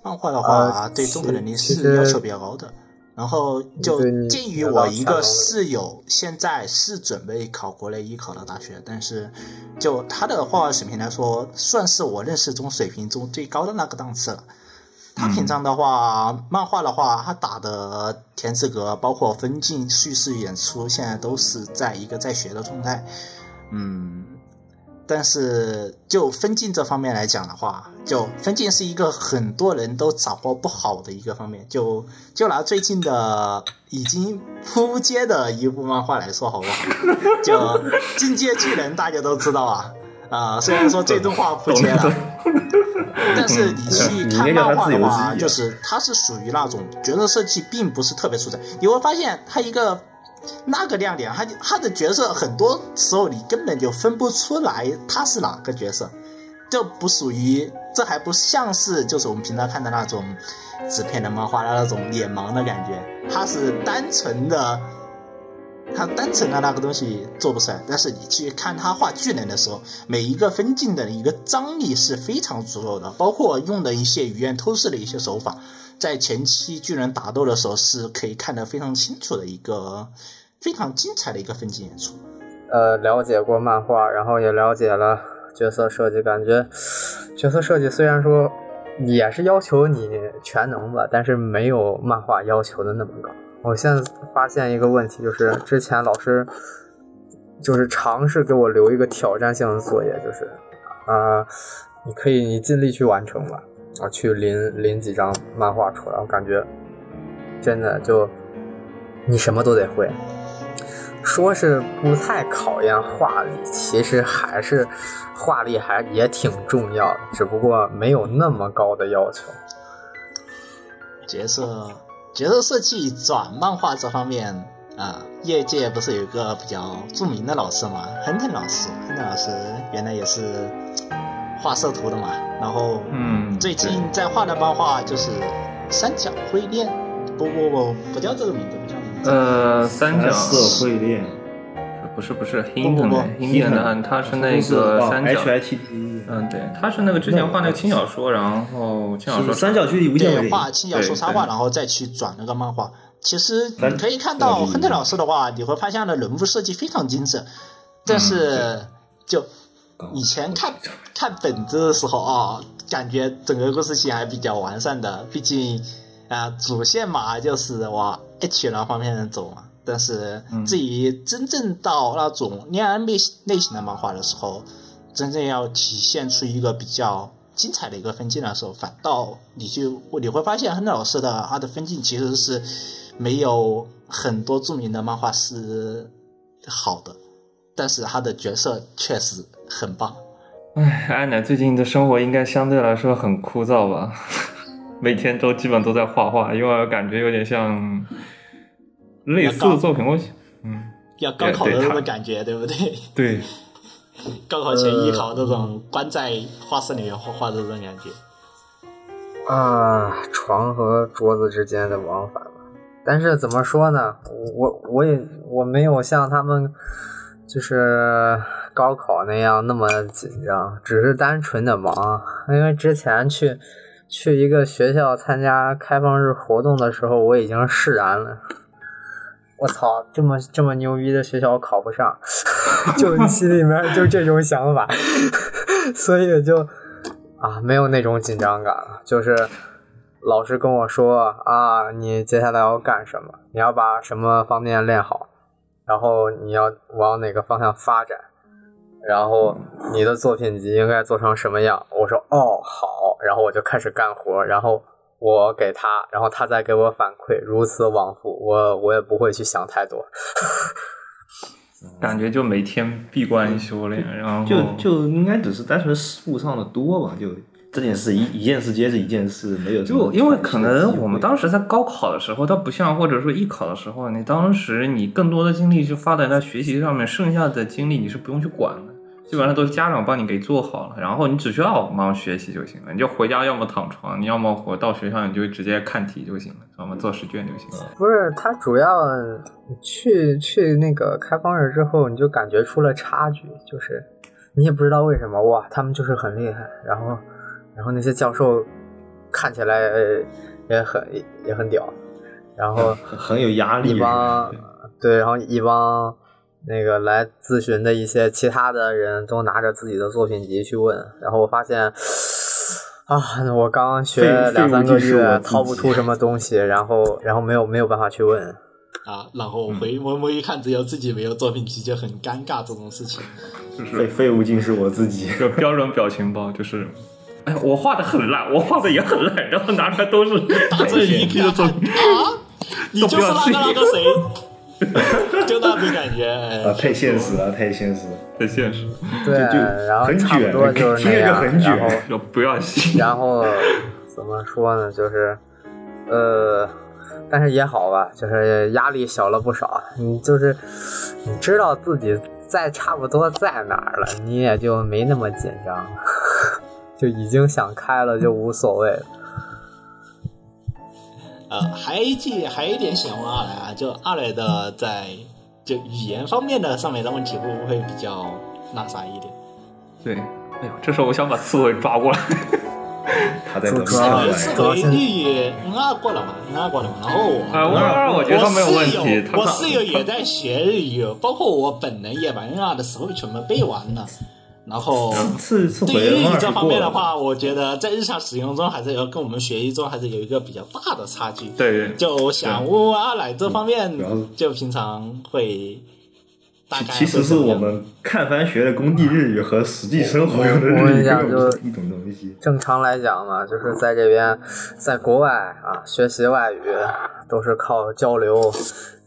[SPEAKER 4] 漫画的话，
[SPEAKER 7] 呃
[SPEAKER 4] 对综合能力
[SPEAKER 7] 其实
[SPEAKER 4] 是要求比较高的。然后就
[SPEAKER 7] 对你
[SPEAKER 4] 鉴于
[SPEAKER 7] 要
[SPEAKER 4] 我
[SPEAKER 7] 到
[SPEAKER 4] 一
[SPEAKER 7] 强
[SPEAKER 4] 个
[SPEAKER 7] 能力
[SPEAKER 4] 室友，现在是准备考国内一考的大学，但是就他的画画水平来说，算是我认识中水平中最高的那个档次了。他平常的话，漫画的话，他打的田字格，包括分镜、叙事、演出，现在都是在一个在学的状态。嗯，但是就分镜这方面来讲的话，就分镜是一个很多人都掌握不好的一个方面。就就拿最近的已经扑街的一部漫画来说，好不好？就《进阶巨人》，大家都知道啊。啊、虽然说最终话扑街了， 但是你去
[SPEAKER 2] 你应
[SPEAKER 4] 看
[SPEAKER 2] 该叫
[SPEAKER 4] 漫
[SPEAKER 2] 它
[SPEAKER 4] 画
[SPEAKER 2] 自由
[SPEAKER 4] 的
[SPEAKER 2] 之翼
[SPEAKER 4] 话，
[SPEAKER 2] 啊
[SPEAKER 4] 就是它是属于那种角色设计并不是特别出彩。你会发现它一个那个亮点，他他的角色很多时候你根本就分不出来他是哪个角色，这不属于，这还不像是就是我们平常看的那种纸片人漫画的那种脸盲的感觉，他是单纯的，他单纯的那个东西做不出来，但是你去看他画巨人的时候，每一个分镜的一个张力是非常足够的，包括用的一些语言透视的一些手法，在前期巨人打斗的时候是可以看得非常清楚的一个非常精彩的一个分镜演出。
[SPEAKER 7] 呃了解过漫画，然后也了解了角色设计，感觉角色设计虽然说也是要求你全能吧，但是没有漫画要求的那么高。我现在发现一个问题，就是之前老师就是尝试给我留一个挑战性的作业，就是啊、呃你可以你尽力去完成吧，啊，去临临几张漫画出来，我感觉真的就你什么都得会，说是不太考验画力，其实还是画力还也挺重要的，只不过没有那么高的要求。
[SPEAKER 4] 角色角色设计转漫画这方面啊、业界不是有一个比较著名的老师嘛，亨特老师，亨特老师原来也是画色图的嘛，然后
[SPEAKER 3] 嗯，
[SPEAKER 4] 最近在画的漫画就是《三角灰恋》，不不不，不叫这个名字，不叫这个名字。
[SPEAKER 3] 呃，三角
[SPEAKER 2] 色会恋，
[SPEAKER 3] 不是不是
[SPEAKER 4] 不不
[SPEAKER 3] Hinton 的 Hinton 的，他是那个三角。
[SPEAKER 2] 哦 H I T T，
[SPEAKER 3] 嗯，对，他是那个之前画那个轻小说，然后轻小
[SPEAKER 2] 是
[SPEAKER 3] 说
[SPEAKER 2] 三角区里无限为
[SPEAKER 4] 对，
[SPEAKER 2] 零，
[SPEAKER 4] 画轻小说插画，
[SPEAKER 3] 对
[SPEAKER 4] 然后再去转那个漫画。其实
[SPEAKER 2] 咱
[SPEAKER 4] 你可以看
[SPEAKER 2] 这
[SPEAKER 4] 到
[SPEAKER 2] 个就
[SPEAKER 4] 亨特老师的话，你会发现他的人物设计非常精致，但是就以前看看本子的时候啊，感觉整个故事线还比较完善的，毕竟啊、呃主线嘛就是往 H 那方面走嘛。但是至于真正到那种恋爱类类型的漫画的时候，真正要体现出一个比较精彩的一个分镜的时候，反倒你就你会发现亨特老师的他的分镜其实是没有很多著名的漫画师好的，但是他的角色确实很棒。
[SPEAKER 3] 哎，安奶最近的生活应该相对来说很枯燥吧？ 每天都基本都在画画，因为我感觉有点像类似的作品。我嗯，
[SPEAKER 4] 要高考的
[SPEAKER 3] 对对
[SPEAKER 4] 那
[SPEAKER 3] 他
[SPEAKER 4] 种感觉，对不对？
[SPEAKER 3] 对，
[SPEAKER 4] 高考
[SPEAKER 3] 呃
[SPEAKER 4] 前艺考那
[SPEAKER 3] 嗯
[SPEAKER 4] 种关在画室里面画画的这种感觉。
[SPEAKER 7] 啊，床和桌子之间的往返吧。但是怎么说呢，我我也我没有像他们就是高考那样那么紧张，只是单纯的忙。因为之前去去一个学校参加开放日活动的时候，我已经释然了。我操，这么这么牛逼的学校我考不上， 就心里面就这种想法， 所以就啊没有那种紧张感了。就是老师跟我说啊，你接下来要干什么，你要把什么方面练好，然后你要往哪个方向发展，然后你的作品集应该做成什么样？我说哦好，然后我就开始干活，然后我给他，然后他再给我反馈，如此往复。我我也不会去想太多。
[SPEAKER 3] 感觉就每天闭关修炼，然后
[SPEAKER 2] 就就应该只是单纯事务上的多吧，就这件事一一件事接着一件事，没有什么
[SPEAKER 3] 就因为可能我们当
[SPEAKER 2] 时
[SPEAKER 3] 时在高考的时候，它不像或者说艺考的时候，你当时你更多的精力就发展在学习上面，剩下的精力你是不用去管的，基本上都是家长帮你给做好了，然后你只需要哦忙学习就行了，你就回家要么躺床，你要么回到学校你就直接看题就行了，知道吗？做试卷就行了。
[SPEAKER 7] 不是，他主要去去那个开放日之后，你就感觉出了差距，就是你也不知道为什么哇，他们就是很厉害，然后然后那些教授看起来呃也很也很屌，然后
[SPEAKER 2] 很有压力，
[SPEAKER 7] 一帮对，然后一帮那个来咨询的一些其他的人都拿着自己的作品集去问，然后我发现啊，我刚学
[SPEAKER 2] 废
[SPEAKER 7] 两三
[SPEAKER 2] 废物
[SPEAKER 7] 个
[SPEAKER 2] 就是我
[SPEAKER 7] 月，
[SPEAKER 2] 自己
[SPEAKER 7] 掏不出什么东西，然后然后没有没有办法去问，
[SPEAKER 4] 啊，然后
[SPEAKER 3] 嗯
[SPEAKER 4] 回我们一看，只有自己没有作品集，就很尴尬这种事 情。
[SPEAKER 2] 废废物竟是我自己。
[SPEAKER 3] 有标准表情包，就是，哎，我画的很烂，我画的也很烂，然后拿出来都是
[SPEAKER 4] 打 这 一个
[SPEAKER 3] 作
[SPEAKER 4] 啊
[SPEAKER 3] 品，，
[SPEAKER 4] 你就是那个那个谁， 就那种感觉。
[SPEAKER 2] 啊，
[SPEAKER 4] 哎
[SPEAKER 2] 太现实了，太现实了！
[SPEAKER 3] 很现实，
[SPEAKER 7] 对，
[SPEAKER 2] 就
[SPEAKER 7] 然后
[SPEAKER 2] 很
[SPEAKER 7] 差不
[SPEAKER 2] 卷
[SPEAKER 7] 多就是
[SPEAKER 2] 听
[SPEAKER 7] 那
[SPEAKER 2] 着就
[SPEAKER 7] 样，
[SPEAKER 2] 很卷
[SPEAKER 7] 然后
[SPEAKER 3] 就不要信。
[SPEAKER 7] 然后怎么说呢？就是，呃，但是也好吧，就是压力小了不少。你就是你知道自己在差不多在哪儿了，你也就没那么紧张， 就已经想开了，就无所谓了。
[SPEAKER 4] 呃，还一句还有一点想问二来啊，就二来的在就语言方面的上面的问题会不会比较那啥一点？
[SPEAKER 3] 对，哎呦，这时候我想把刺猬抓过来，
[SPEAKER 2] 他在等
[SPEAKER 7] 主要
[SPEAKER 2] 上
[SPEAKER 4] 呃，
[SPEAKER 2] 来，
[SPEAKER 4] 是
[SPEAKER 7] 主要
[SPEAKER 4] 回
[SPEAKER 7] 是
[SPEAKER 4] 日语 N 二过了嘛，N 二过了嘛，然后我。
[SPEAKER 3] 啊，我二我觉得他没有问题，他
[SPEAKER 4] 我
[SPEAKER 3] 他
[SPEAKER 4] 室友也在学日语，包括我本人啊也把 N 二的所有全部背完了。然后
[SPEAKER 3] 嗯
[SPEAKER 2] 次次
[SPEAKER 4] 对于
[SPEAKER 2] 回
[SPEAKER 4] 日语
[SPEAKER 2] 二
[SPEAKER 4] 这
[SPEAKER 2] 就
[SPEAKER 4] 方
[SPEAKER 2] 过
[SPEAKER 4] 面的
[SPEAKER 2] 了。
[SPEAKER 4] 话，我觉得在日常使用中还是有跟我们学习中还是有一个比较大的差距。
[SPEAKER 3] 对
[SPEAKER 4] 就想问问阿奶这方面
[SPEAKER 2] 主要是，
[SPEAKER 4] 就平常会大
[SPEAKER 2] 其
[SPEAKER 4] 概
[SPEAKER 2] 其实是我们看番学的工地日语和实际生活用的
[SPEAKER 7] 我跟
[SPEAKER 2] 日语
[SPEAKER 7] 你讲
[SPEAKER 2] 根本不
[SPEAKER 7] 就是
[SPEAKER 2] 一种东西。
[SPEAKER 7] 正常来讲嘛，就是在这边，在国外啊，学习外语都是靠交流，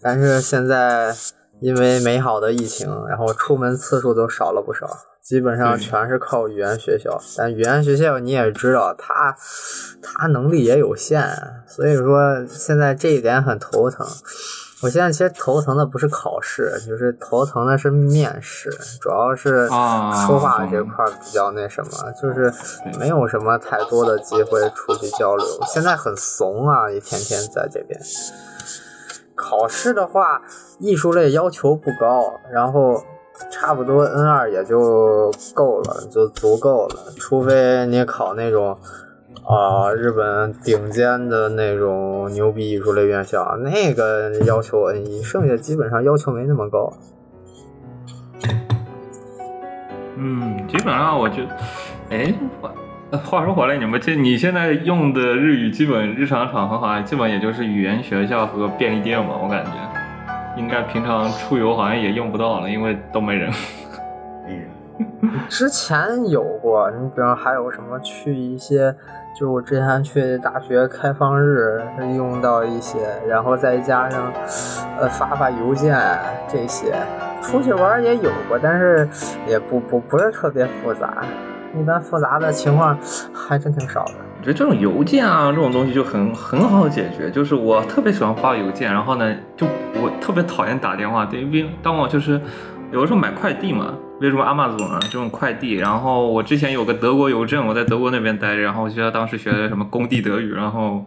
[SPEAKER 7] 但是现在因为美好的疫情，然后出门次数都少了不少，基本上全是靠语言学校。但语言学校你也知道，它它能力也有限，所以说现在这一点很头疼。我现在其实头疼的不是考试，就是头疼的是面试，主要是
[SPEAKER 3] 啊
[SPEAKER 7] 说话这块儿比较那什么，就是没有什么太多的机会出去交流。现在很怂啊，一天天在这边。考试的话，艺术类要求不高，然后差不多 N 二也就够了，就足够了。除非你考那种啊、日本顶尖的那种牛逼艺术类院校，那个要求 N 一，剩下基本上要求没那么高。
[SPEAKER 3] 嗯，基本上我就，哎，话呃话说回来，你们这你现在用的日语，基本日常场合好像基本也就是语言学校和便利店吧，我感觉，应该平常出游好像也用不到了，因为都没人。
[SPEAKER 2] 嗯，
[SPEAKER 7] 之前有过，你比方还有什么去一些，就我之前去大学开放日用到一些，然后再加上，呃，发发邮件这些，出去玩也有过，但是也不不不是特别复杂，一般复杂的情况还真挺少的。
[SPEAKER 3] 我觉得这种邮件啊，这种东西就很很好解决。就是我特别喜欢发邮件，然后呢，就我特别讨厌打电话。对因为当我就是有的时候买快递嘛，为什么 Amazon 啊这种快递？然后我之前有个德国邮政，我在德国那边待着，然后我记得当时学的什么工地德语，然后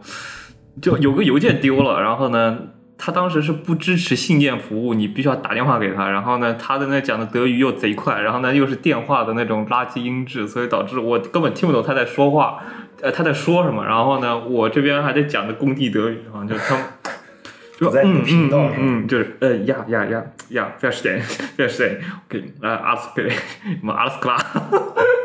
[SPEAKER 3] 就有个邮件丢了，然后呢。他当时是不支持信件服务，你必须要打电话给他。然后呢，他的那讲的德语又贼快，然后呢又是电话的那种垃圾音质，所以导致我根本听不懂他在说话。 呃，他在说什么，然后呢，我这边还在讲的工地德语，啊，就他们
[SPEAKER 2] 不在你的频道上。
[SPEAKER 3] 嗯，就是呃呀呀呀呀，不要失 点，不要失点，给呃阿斯克雷，我们阿斯克拉。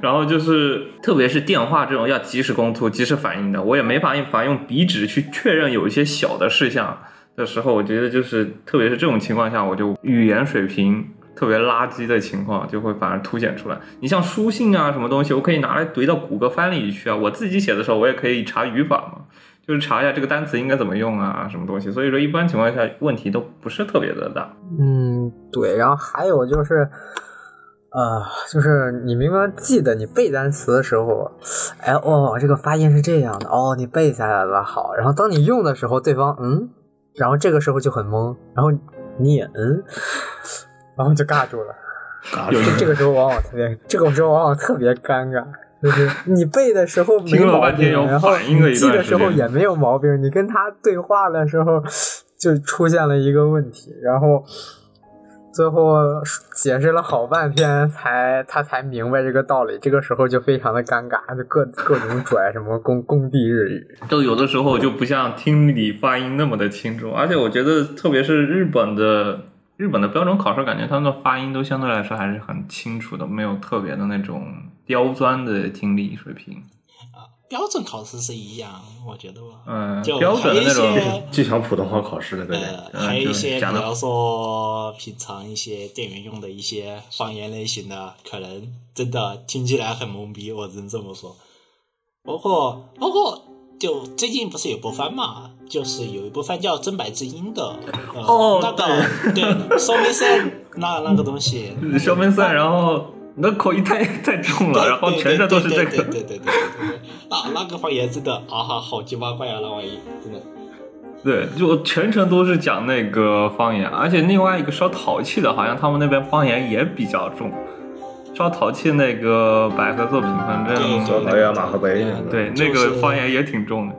[SPEAKER 3] 然后就是，特别是电话这种要及时沟通、及时反应的，我也没法法用鼻指去确认有一些小的事项的时候，我觉得就是，特别是这种情况下，我就语言水平特别垃圾的情况就会反而凸显出来。你像书信啊什么东西，我可以拿来怼到谷歌翻译里去啊，我自己写的时候，我也可以查语法嘛。就是查一下这个单词应该怎么用啊，什么东西。所以说，一般情况下问题都不是特别的大。
[SPEAKER 7] 嗯，对，然后还有就是，呃，就是你明明记得你背单词的时候，哎，哦，这个发音是这样的，哦，你背下来了，好。然后当你用的时候，对方嗯，然后这个时候就很懵，然后你也嗯，然后就尬住了。
[SPEAKER 3] 有
[SPEAKER 7] 就这个时候往往特别，这个时候往往特别尴尬。就是 你背的时候没
[SPEAKER 3] 听了
[SPEAKER 7] 毛
[SPEAKER 3] 半天
[SPEAKER 7] 病，
[SPEAKER 3] 有
[SPEAKER 7] 然后
[SPEAKER 3] 反应了
[SPEAKER 7] 你
[SPEAKER 3] 一
[SPEAKER 7] 记
[SPEAKER 3] 段
[SPEAKER 7] 的
[SPEAKER 3] 时
[SPEAKER 7] 时候
[SPEAKER 3] 间
[SPEAKER 7] 也没有毛病，你跟他对话的时候就出现了一个问题，然后最后解释了好半天才他才明白这个道理，这个时候就非常的尴尬，就各各种拽什么工工地日语，
[SPEAKER 3] 就有的时候就不像听力发音那么的轻重，而且我觉得特别是日本的日本的标准考试，感觉他们的发音都相对来说还是很清楚的，没有特别的那种刁钻的听力水平。
[SPEAKER 4] 标准考试是一样，我觉得吧。
[SPEAKER 3] 嗯、
[SPEAKER 4] 就
[SPEAKER 3] 标准的那
[SPEAKER 4] 还有一
[SPEAKER 3] 种
[SPEAKER 4] 些
[SPEAKER 2] 就想普通话考试的感觉。
[SPEAKER 4] 呃，
[SPEAKER 3] 嗯
[SPEAKER 4] 还有一些，
[SPEAKER 3] 就
[SPEAKER 4] 比
[SPEAKER 3] 讲得
[SPEAKER 4] 方说平常一些店员用的一些方言类型的，可能真的听起来很懵逼，我只能这么说。包括包括，就最近不是有部番嘛，就是有一部番叫《真白之音》的，呃、
[SPEAKER 3] 哦
[SPEAKER 4] 那个对，说明三那那个东西，
[SPEAKER 3] 小门赛，然后你的口音太太重了，
[SPEAKER 4] 对
[SPEAKER 3] 然后
[SPEAKER 4] 对
[SPEAKER 3] 全
[SPEAKER 4] 对
[SPEAKER 3] 身都是这
[SPEAKER 4] 对
[SPEAKER 3] 个
[SPEAKER 4] 对。对对对对对对，啊，那个方言真的啊哈，好鸡巴怪啊，那玩意真的。
[SPEAKER 3] 对，就全程都是讲那个方言，而且另外一个烧陶器的，好像他们那边方言也比较重。烧陶器那个百合作品，反正
[SPEAKER 4] 对
[SPEAKER 2] 说
[SPEAKER 4] 对
[SPEAKER 2] 老要马和白什么的，
[SPEAKER 3] 对
[SPEAKER 4] 就
[SPEAKER 3] 那
[SPEAKER 4] 是
[SPEAKER 3] 个方言也挺重的。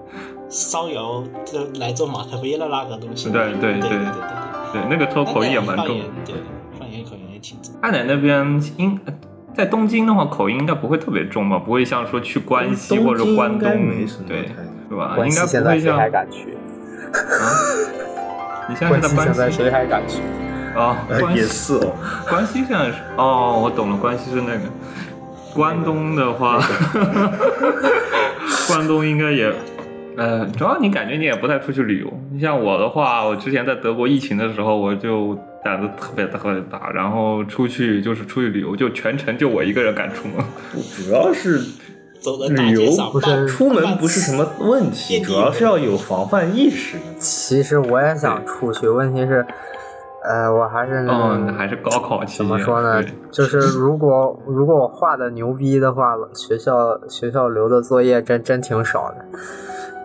[SPEAKER 4] 烧油就来做马克杯的那个东西。
[SPEAKER 3] 对
[SPEAKER 4] 对
[SPEAKER 3] 对对
[SPEAKER 4] 对对，
[SPEAKER 3] 对，那个抽口音也蛮
[SPEAKER 4] 放
[SPEAKER 3] 重
[SPEAKER 4] 眼
[SPEAKER 3] 的。
[SPEAKER 4] 对，放眼口音也挺重。
[SPEAKER 3] 阿奶那边应呃在东京的话，口音应该不会特别重吧？不会像说去关西或者关
[SPEAKER 2] 应该
[SPEAKER 3] 东
[SPEAKER 2] 没什，么
[SPEAKER 3] 对
[SPEAKER 2] 太
[SPEAKER 3] 对吧？
[SPEAKER 7] 关
[SPEAKER 3] 啊应
[SPEAKER 7] 系
[SPEAKER 3] 该
[SPEAKER 7] 现
[SPEAKER 3] 不
[SPEAKER 7] 在
[SPEAKER 3] 会
[SPEAKER 7] 谁
[SPEAKER 3] 像啊
[SPEAKER 7] 还敢去？
[SPEAKER 3] 你现在
[SPEAKER 7] 关系
[SPEAKER 3] 是在
[SPEAKER 7] 现在
[SPEAKER 3] 关西
[SPEAKER 7] 谁还敢去？
[SPEAKER 3] 啊？
[SPEAKER 2] 呃
[SPEAKER 3] 关
[SPEAKER 2] 也
[SPEAKER 3] 西
[SPEAKER 2] 是哦，
[SPEAKER 3] 关西现在是哦，我懂了，关西是那个关东的话， 关东应该也，呃，主要你感觉你也不太出去旅游。你像我的话，我之前在德国疫情的时候，我就胆子特别特别大，然后出去就是出去旅游，就全程就我一个人敢出门。
[SPEAKER 2] 主要是
[SPEAKER 4] 走在大
[SPEAKER 2] 旅
[SPEAKER 4] 街
[SPEAKER 2] 游
[SPEAKER 4] 上，
[SPEAKER 2] 不是出门不是什么问题，主要是要有防范意识。
[SPEAKER 7] 其实我也想出去，问题是，呃，我还是
[SPEAKER 3] 嗯，还是高考期
[SPEAKER 7] 怎
[SPEAKER 3] 间。
[SPEAKER 7] 么说呢
[SPEAKER 3] 对？
[SPEAKER 7] 就是如果如果我画的牛逼的话，学校学校留的作业真真挺少的。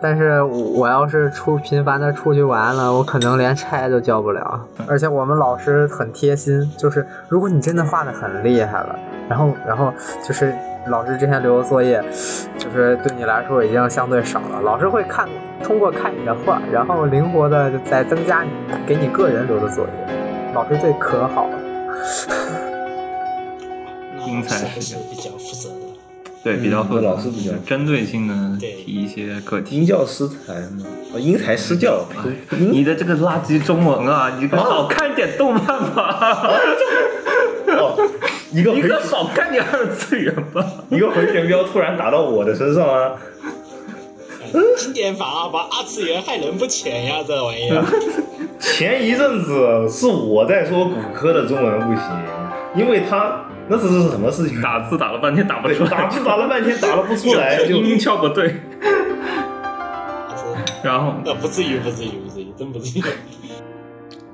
[SPEAKER 7] 但是我我要是出频繁的出去玩了，我可能连差都交不了。而且我们老师很贴心，就是如果你真的画的很厉害了，然后然后就是老师之前留的作业，就是对你来说已经相对少了，老师会看通过看你的画，然后灵活的再增加你给你个人留的作业。老师对可好了。
[SPEAKER 3] 因材
[SPEAKER 4] 还
[SPEAKER 3] 施
[SPEAKER 4] 是
[SPEAKER 3] 教
[SPEAKER 4] 比较负责的。
[SPEAKER 3] 对比较
[SPEAKER 2] 嗯
[SPEAKER 3] 复杂，
[SPEAKER 2] 老师比较
[SPEAKER 3] 针对性的
[SPEAKER 4] 对
[SPEAKER 3] 提一些课题。
[SPEAKER 2] 因教施材嘛，哦因材施教。
[SPEAKER 3] 啊
[SPEAKER 7] 嗯
[SPEAKER 2] 因
[SPEAKER 3] 你的这个垃圾中文啊，你可少看点动漫吧，
[SPEAKER 2] 哦一个
[SPEAKER 3] 你
[SPEAKER 2] 回
[SPEAKER 3] 可少看点二次元吧。
[SPEAKER 2] 一个回旋镖突然打到我的身上啊！
[SPEAKER 4] 呃经典法啊，把二次元害人不浅呀，这玩意 儿。
[SPEAKER 2] 前一阵子是我在说骨科的中文不行，因为他那次是什么事情？
[SPEAKER 3] 打字打了半天打不
[SPEAKER 2] 对
[SPEAKER 3] 出
[SPEAKER 2] 打
[SPEAKER 3] 来，
[SPEAKER 2] 字打了半天打了不出来，就
[SPEAKER 3] 音效不对，
[SPEAKER 4] 还是
[SPEAKER 3] 然后
[SPEAKER 4] 那不至于，不至于，不至于，真不至于。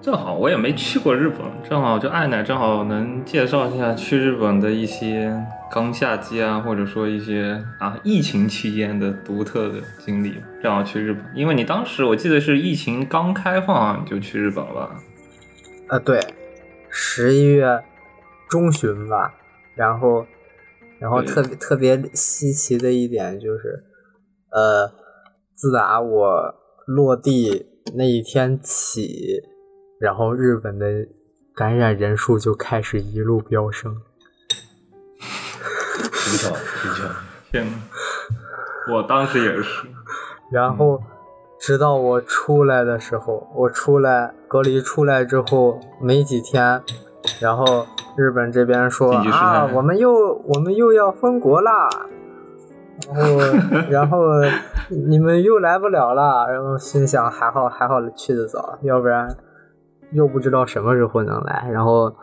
[SPEAKER 3] 正好我也没去过日本，正好就爱奶正好能介绍一下去日本的一些刚下机啊，或者说一些啊疫情期间的独特的经历。正好去日本，因为你当时我记得是疫情刚开放、啊、你就去日本了吧？
[SPEAKER 7] 呃，对，十一月中旬吧。然后，然后
[SPEAKER 3] 对
[SPEAKER 7] 特别特别稀奇的一点就是，呃，自打我落地那一天起，然后日本的感染人数就开始一路飙升。
[SPEAKER 2] 挺巧挺巧。
[SPEAKER 3] 天呐，我当时也是，
[SPEAKER 7] 然后直到我出来的时候，我出来隔离出来之后没几天，然后日本这边说
[SPEAKER 3] 紧急事态
[SPEAKER 7] 啊，我们又我们又要封国啦，然后 然后你们又来不了啦，然后心想还好还好去的早，要不然又不知道什么时候能来，然后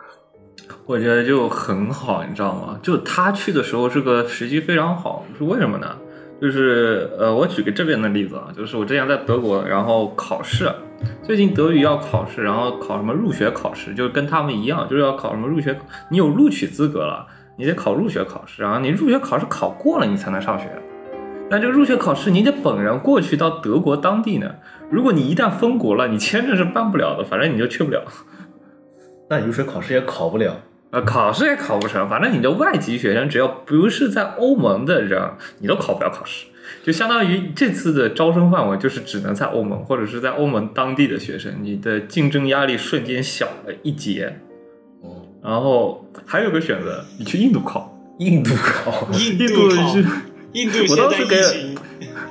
[SPEAKER 3] 我觉得就很好，你知道吗？就他去的时候，这个时机非常好，是为什么呢？就是呃，我举个这边的例子啊，就是我之前在德国，然后考试，啊最近德语要考试，然后考什么入学考试，就是跟他们一样，就是要考什么入学，你有录取资格了，你得考入学考试，然后你入学考试考过了，你才能上学。但这个入学考试，你得本人过去到德国当地呢。如果你一旦封国了，你签证是办不了的，反正你就去不了。
[SPEAKER 2] 那你就说考试也考不 了，
[SPEAKER 3] 呃，考试也考不成，反正你的外籍学生只要不是在欧盟的人，你都考不了考试。就相当于这次的招生范围就是只能在欧盟或者是在欧盟当地的学生，你的竞争压力瞬间小了一截。
[SPEAKER 2] 哦
[SPEAKER 3] 然后还有个选择，你去印度考。
[SPEAKER 2] 印度考
[SPEAKER 4] 印
[SPEAKER 3] 印
[SPEAKER 4] 度
[SPEAKER 3] 度
[SPEAKER 4] 考
[SPEAKER 3] 是，
[SPEAKER 4] 印度
[SPEAKER 3] 我
[SPEAKER 4] 现
[SPEAKER 3] 当
[SPEAKER 4] 在
[SPEAKER 3] 时
[SPEAKER 4] 疫
[SPEAKER 3] 给
[SPEAKER 4] 情，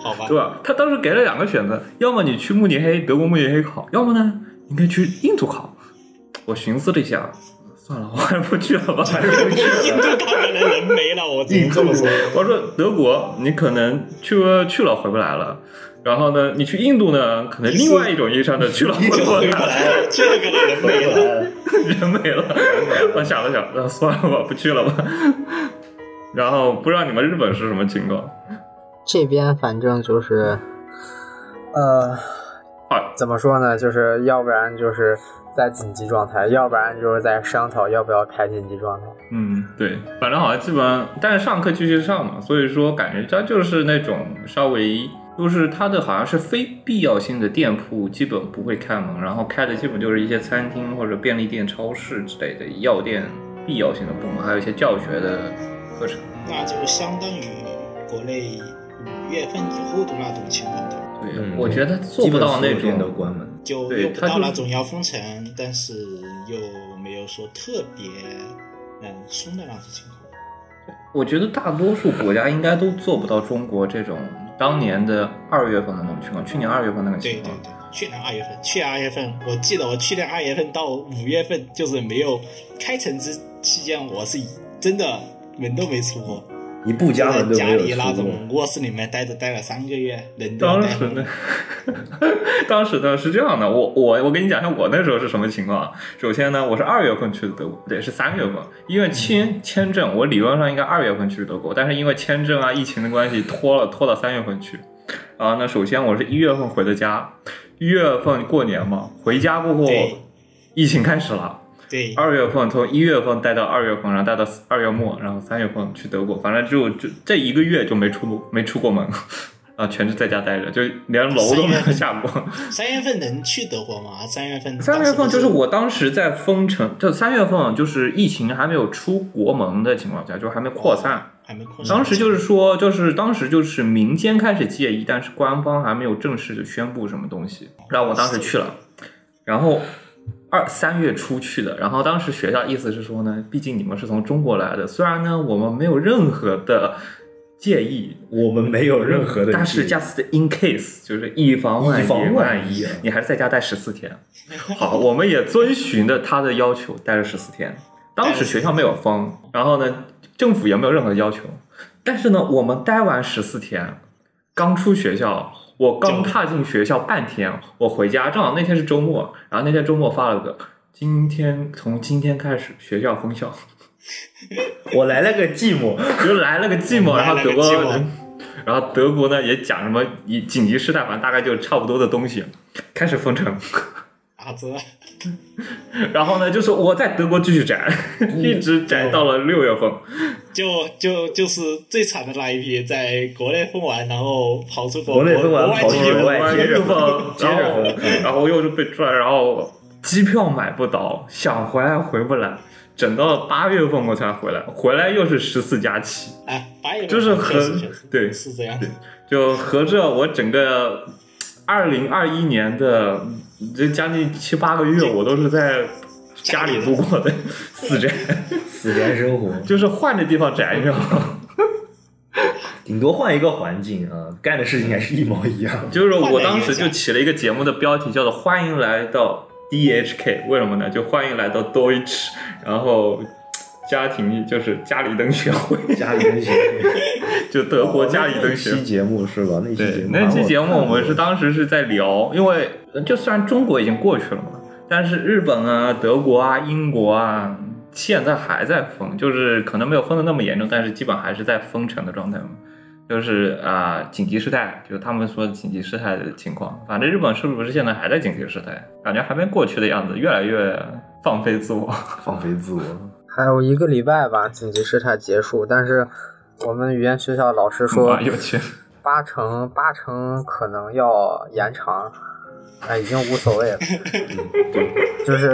[SPEAKER 4] 好吧
[SPEAKER 3] 对，吧？他当时给了两个选择，要么你去慕尼黑，德国慕尼黑考，要么呢，应该去印度考。我寻思了一下，算了，我还是不去了吧。
[SPEAKER 4] 印度考可能人没了， 我只能这么说。
[SPEAKER 3] 我说德国，你可能去了去了回不来了，然后呢，你去印度呢，可能另外一种意义上的去了回
[SPEAKER 4] 就
[SPEAKER 3] 不
[SPEAKER 4] 回
[SPEAKER 3] 来
[SPEAKER 4] 不
[SPEAKER 3] 了，
[SPEAKER 4] 来了，这个可能人没了。
[SPEAKER 3] 啊人没 了。我想了想，那算了吧，不去了吧。然后不知道你们日本是什么情况？
[SPEAKER 7] 这边反正就是，呃，
[SPEAKER 3] 啊，
[SPEAKER 7] 怎么说呢？就是要不然就是在紧急状态，要不然就是在商讨要不要开紧急状态。
[SPEAKER 3] 嗯，对，反正好像基本上，但是上课继续上嘛，所以说感觉它就是那种稍微。就是它的好像是非必要性的店铺基本不会开门，然后开的基本就是一些餐厅或者便利店、超市之类的药店必要性的部门，还有一些教学的课程。
[SPEAKER 4] 那就相当于国内五月份以后的那种情况对吧？
[SPEAKER 3] 对，
[SPEAKER 2] 嗯
[SPEAKER 3] 我觉得做不到那
[SPEAKER 2] 基本所有店都
[SPEAKER 3] 种。
[SPEAKER 2] 关门。
[SPEAKER 4] 就
[SPEAKER 3] 对
[SPEAKER 4] 又不
[SPEAKER 3] 他
[SPEAKER 4] 到
[SPEAKER 3] 就
[SPEAKER 4] 那种要封城，但是又没有说特别嗯松的那种情况。
[SPEAKER 3] 我觉得大多数国家应该都做不到中国这种当年的二月份的那种情况，去年二月份那个
[SPEAKER 4] 对
[SPEAKER 3] 情
[SPEAKER 4] 对
[SPEAKER 3] 况。
[SPEAKER 4] 对，去年二月份，去年二月份，我记得我去年二月份到五月份就是没有开城之期间，我是真的门都没出过，
[SPEAKER 2] 一步
[SPEAKER 4] 就
[SPEAKER 2] 家
[SPEAKER 4] 在
[SPEAKER 2] 门都没
[SPEAKER 4] 家
[SPEAKER 2] 有
[SPEAKER 4] 里那
[SPEAKER 2] 出过。
[SPEAKER 4] 种卧室里面待着待了三个月，人都
[SPEAKER 3] 当
[SPEAKER 4] 待
[SPEAKER 3] 时
[SPEAKER 4] 疯
[SPEAKER 3] 呢
[SPEAKER 4] 了。，
[SPEAKER 3] 当时呢是这样的，我我我跟你讲一下我那时候是什么情况啊。首先呢，我是二月份去的德国，不对，是三月份，因为签签证，我理论上应该二月份去德国，但是因为签证啊、疫情的关系，拖了拖到三月份去。啊，那首先我是一月份回的家，一月份过年嘛，回家过后
[SPEAKER 4] 对，
[SPEAKER 3] 疫情开始了。
[SPEAKER 4] 对，
[SPEAKER 3] 二月份从一月份待到二月份，然后待到二月末，然后三月份去德国，反正就就这一个月就没出没出过门， 啊，全是在家待着，就连楼都没有下过。
[SPEAKER 4] 三月份能去德国吗？三月份
[SPEAKER 3] 三
[SPEAKER 4] 当
[SPEAKER 3] 月
[SPEAKER 4] 时
[SPEAKER 3] 份
[SPEAKER 4] 不
[SPEAKER 3] 就是我当时在封城，就三月份就是疫情还没有出国门的情况下，就还没扩散。
[SPEAKER 4] 还没扩散，
[SPEAKER 3] 当时就是说，就是当时就是民间开始介意，但是官方还没有正式的宣布什么东西。然后我当时去了，然后二三月初去的。然后当时学校意思是说呢，毕竟你们是从中国来的，虽然呢我们没有任何的介意，
[SPEAKER 2] 我们没有任何的
[SPEAKER 3] 但是
[SPEAKER 2] 介意
[SPEAKER 3] just in case 就是以防万
[SPEAKER 2] 以防
[SPEAKER 3] 万
[SPEAKER 2] 万一啊
[SPEAKER 3] 你还是在家待十四天。好，我们也遵循着他的要求待了十四天。当时学校没有封，然后呢，政府也没有任何要求。但是呢，我们待完十四天，刚出学校，我刚踏进学校半天，我回家，正好那天是周末，然后那天周末发了个，今天从今天开始学校封校，
[SPEAKER 2] 我来了个寂寞，
[SPEAKER 3] 就来了个寂寞，
[SPEAKER 4] 来
[SPEAKER 3] 然后
[SPEAKER 4] 了
[SPEAKER 3] 德
[SPEAKER 4] 个
[SPEAKER 3] 国
[SPEAKER 4] 寂寞
[SPEAKER 3] 人，然后德国呢也讲什么以紧急事态，反正大概就差不多的东西，开始封城。
[SPEAKER 4] 打折，
[SPEAKER 3] 然后呢，就是我在德国继续宅，一直宅到了六月份。
[SPEAKER 4] 就就就是最惨的那一批，在国内封完，然后跑出国，
[SPEAKER 2] 国内封完
[SPEAKER 4] 国外
[SPEAKER 2] 跑出
[SPEAKER 4] 批
[SPEAKER 2] 国外
[SPEAKER 3] 外
[SPEAKER 2] 接着
[SPEAKER 3] 封，
[SPEAKER 2] 接
[SPEAKER 3] 然
[SPEAKER 2] 着
[SPEAKER 3] 后
[SPEAKER 2] 封
[SPEAKER 3] 然后又是被拽，然后机票买不到，想回来回不来，整到了八月份我才回来，回来又是十四加七，
[SPEAKER 4] 哎，八月份
[SPEAKER 3] 就是
[SPEAKER 4] 确实
[SPEAKER 3] 很
[SPEAKER 4] 确实
[SPEAKER 3] 对
[SPEAKER 4] 是这样的。
[SPEAKER 3] 就合着我整个二零二一年的这将近七八个月，我都是在家里度过的死宅，
[SPEAKER 2] 死宅生活。
[SPEAKER 3] 就是换着地方宅，你知道吗？
[SPEAKER 2] 顶多换一个环境啊、呃干的事情还是一模一样。
[SPEAKER 3] 就是说我当时就起了一个节目的标题，叫做“欢迎来到 DHK”，为什么呢？就欢迎来到 Deutsch，然后家庭就是家里灯学会，
[SPEAKER 2] 家里人学，
[SPEAKER 3] 就德国家里灯学
[SPEAKER 2] 那
[SPEAKER 3] 会
[SPEAKER 2] 期。节目是吧？那期节
[SPEAKER 3] 对
[SPEAKER 2] 目，，
[SPEAKER 3] 那期节目我们是
[SPEAKER 2] 当
[SPEAKER 3] 当时是在聊，因为就虽然中国已经过去了嘛，但是日本啊、德国啊、英国啊，现在还在封，就是可能没有封的那么严重，但是基本还是在封城的状态嘛。就是啊、紧急事态，就是他们说紧急事态的情况。反正日本是不是现在还在紧急事态？感觉还没过去的样子，越来越放飞自我。
[SPEAKER 2] 放飞自我，
[SPEAKER 7] 还有一个礼拜吧，紧急事态结束，但是我们语言学校老师说
[SPEAKER 3] 啊，有趣。
[SPEAKER 7] 八成八成可能要延长，哎，已经无所 谓了，就是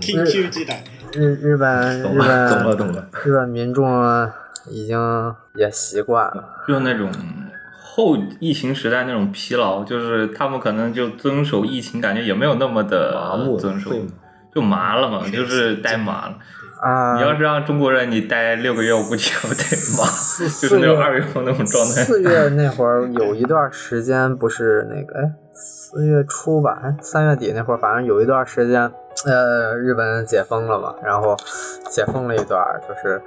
[SPEAKER 4] ，King Q 记得，
[SPEAKER 7] 日日本
[SPEAKER 2] 懂
[SPEAKER 7] 日
[SPEAKER 2] 了，懂了，
[SPEAKER 7] 本
[SPEAKER 2] 懂了。
[SPEAKER 7] 日本民众已经也习惯了，
[SPEAKER 3] 就那种后疫情时代那种疲劳，就是他们可能就遵守疫情，感觉也没有那么的
[SPEAKER 2] 麻木
[SPEAKER 3] 遵守
[SPEAKER 2] 会吗，
[SPEAKER 3] 就麻了嘛，就是呆麻了。
[SPEAKER 7] 啊、
[SPEAKER 3] 你要是让中国人你待六个月，我估计要呆麻， 就
[SPEAKER 7] 四
[SPEAKER 3] 是那种
[SPEAKER 7] 月
[SPEAKER 3] 二月份那种状态。
[SPEAKER 7] 四月那会儿有一段时间不是那个，哎，四月初吧，哎，三月底那会儿，反正有一段时间，呃，日本解封了嘛，然后解封了一段儿，就是，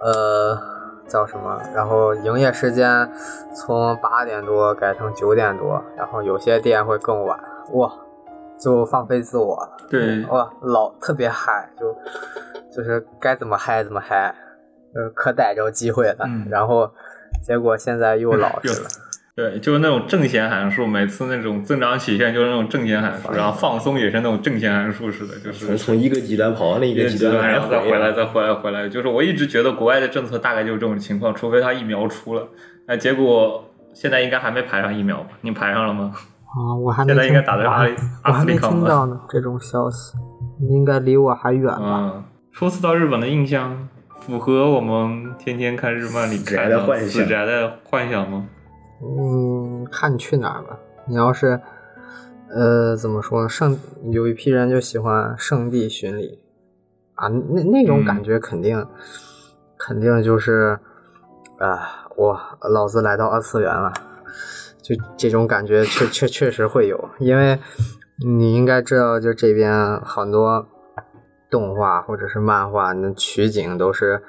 [SPEAKER 7] 呃，叫什么？然后营业时间从八点多改成九点多，然后有些店会更晚，哇，就放飞自我，
[SPEAKER 3] 对，
[SPEAKER 7] 哇，老特别嗨，就就是该怎么嗨怎么嗨，就是可逮着机会了。
[SPEAKER 3] 嗯
[SPEAKER 7] 然后结果现在又 老实了，
[SPEAKER 3] 对，就是那种正弦函数，每次那种增长曲线就是那种正弦函数，然后放松也是那种正弦函数似的，就
[SPEAKER 2] 从
[SPEAKER 3] 是。
[SPEAKER 2] 从一个极端跑到另一
[SPEAKER 3] 一
[SPEAKER 2] 个
[SPEAKER 3] 个
[SPEAKER 2] 极
[SPEAKER 3] 极
[SPEAKER 2] 端，
[SPEAKER 3] 端，然后再回
[SPEAKER 2] 再
[SPEAKER 3] 来，再回来，回来。就是我一直觉得国外的政策大概就是这种情况，除非他疫苗出了。那结果现在应该还没排上疫苗吧？你排上了吗？
[SPEAKER 7] 啊，我还没
[SPEAKER 3] 现在
[SPEAKER 7] 听
[SPEAKER 3] 应该打的是
[SPEAKER 7] 我
[SPEAKER 3] 阿
[SPEAKER 7] 还
[SPEAKER 3] 里
[SPEAKER 7] 我
[SPEAKER 3] 阿
[SPEAKER 7] 还
[SPEAKER 3] 斯利
[SPEAKER 7] 没
[SPEAKER 3] 康
[SPEAKER 7] 听
[SPEAKER 3] 吧？
[SPEAKER 7] 到呢这种消息，应该离我还远吧？
[SPEAKER 3] 嗯，初次到日本的印象符合我们天天看日漫里
[SPEAKER 2] 死宅
[SPEAKER 3] 看
[SPEAKER 2] 的幻想
[SPEAKER 3] 死宅的幻想吗？
[SPEAKER 7] 嗯，看你去哪儿吧。你要是呃，怎么说呢？圣有一批人就喜欢圣地巡礼啊，那那种感觉肯定、肯定就是啊，我老子来到二次元了，就这种感觉确确确实会有，因为你应该知道，就这边很多动画或者是漫画，那取景都是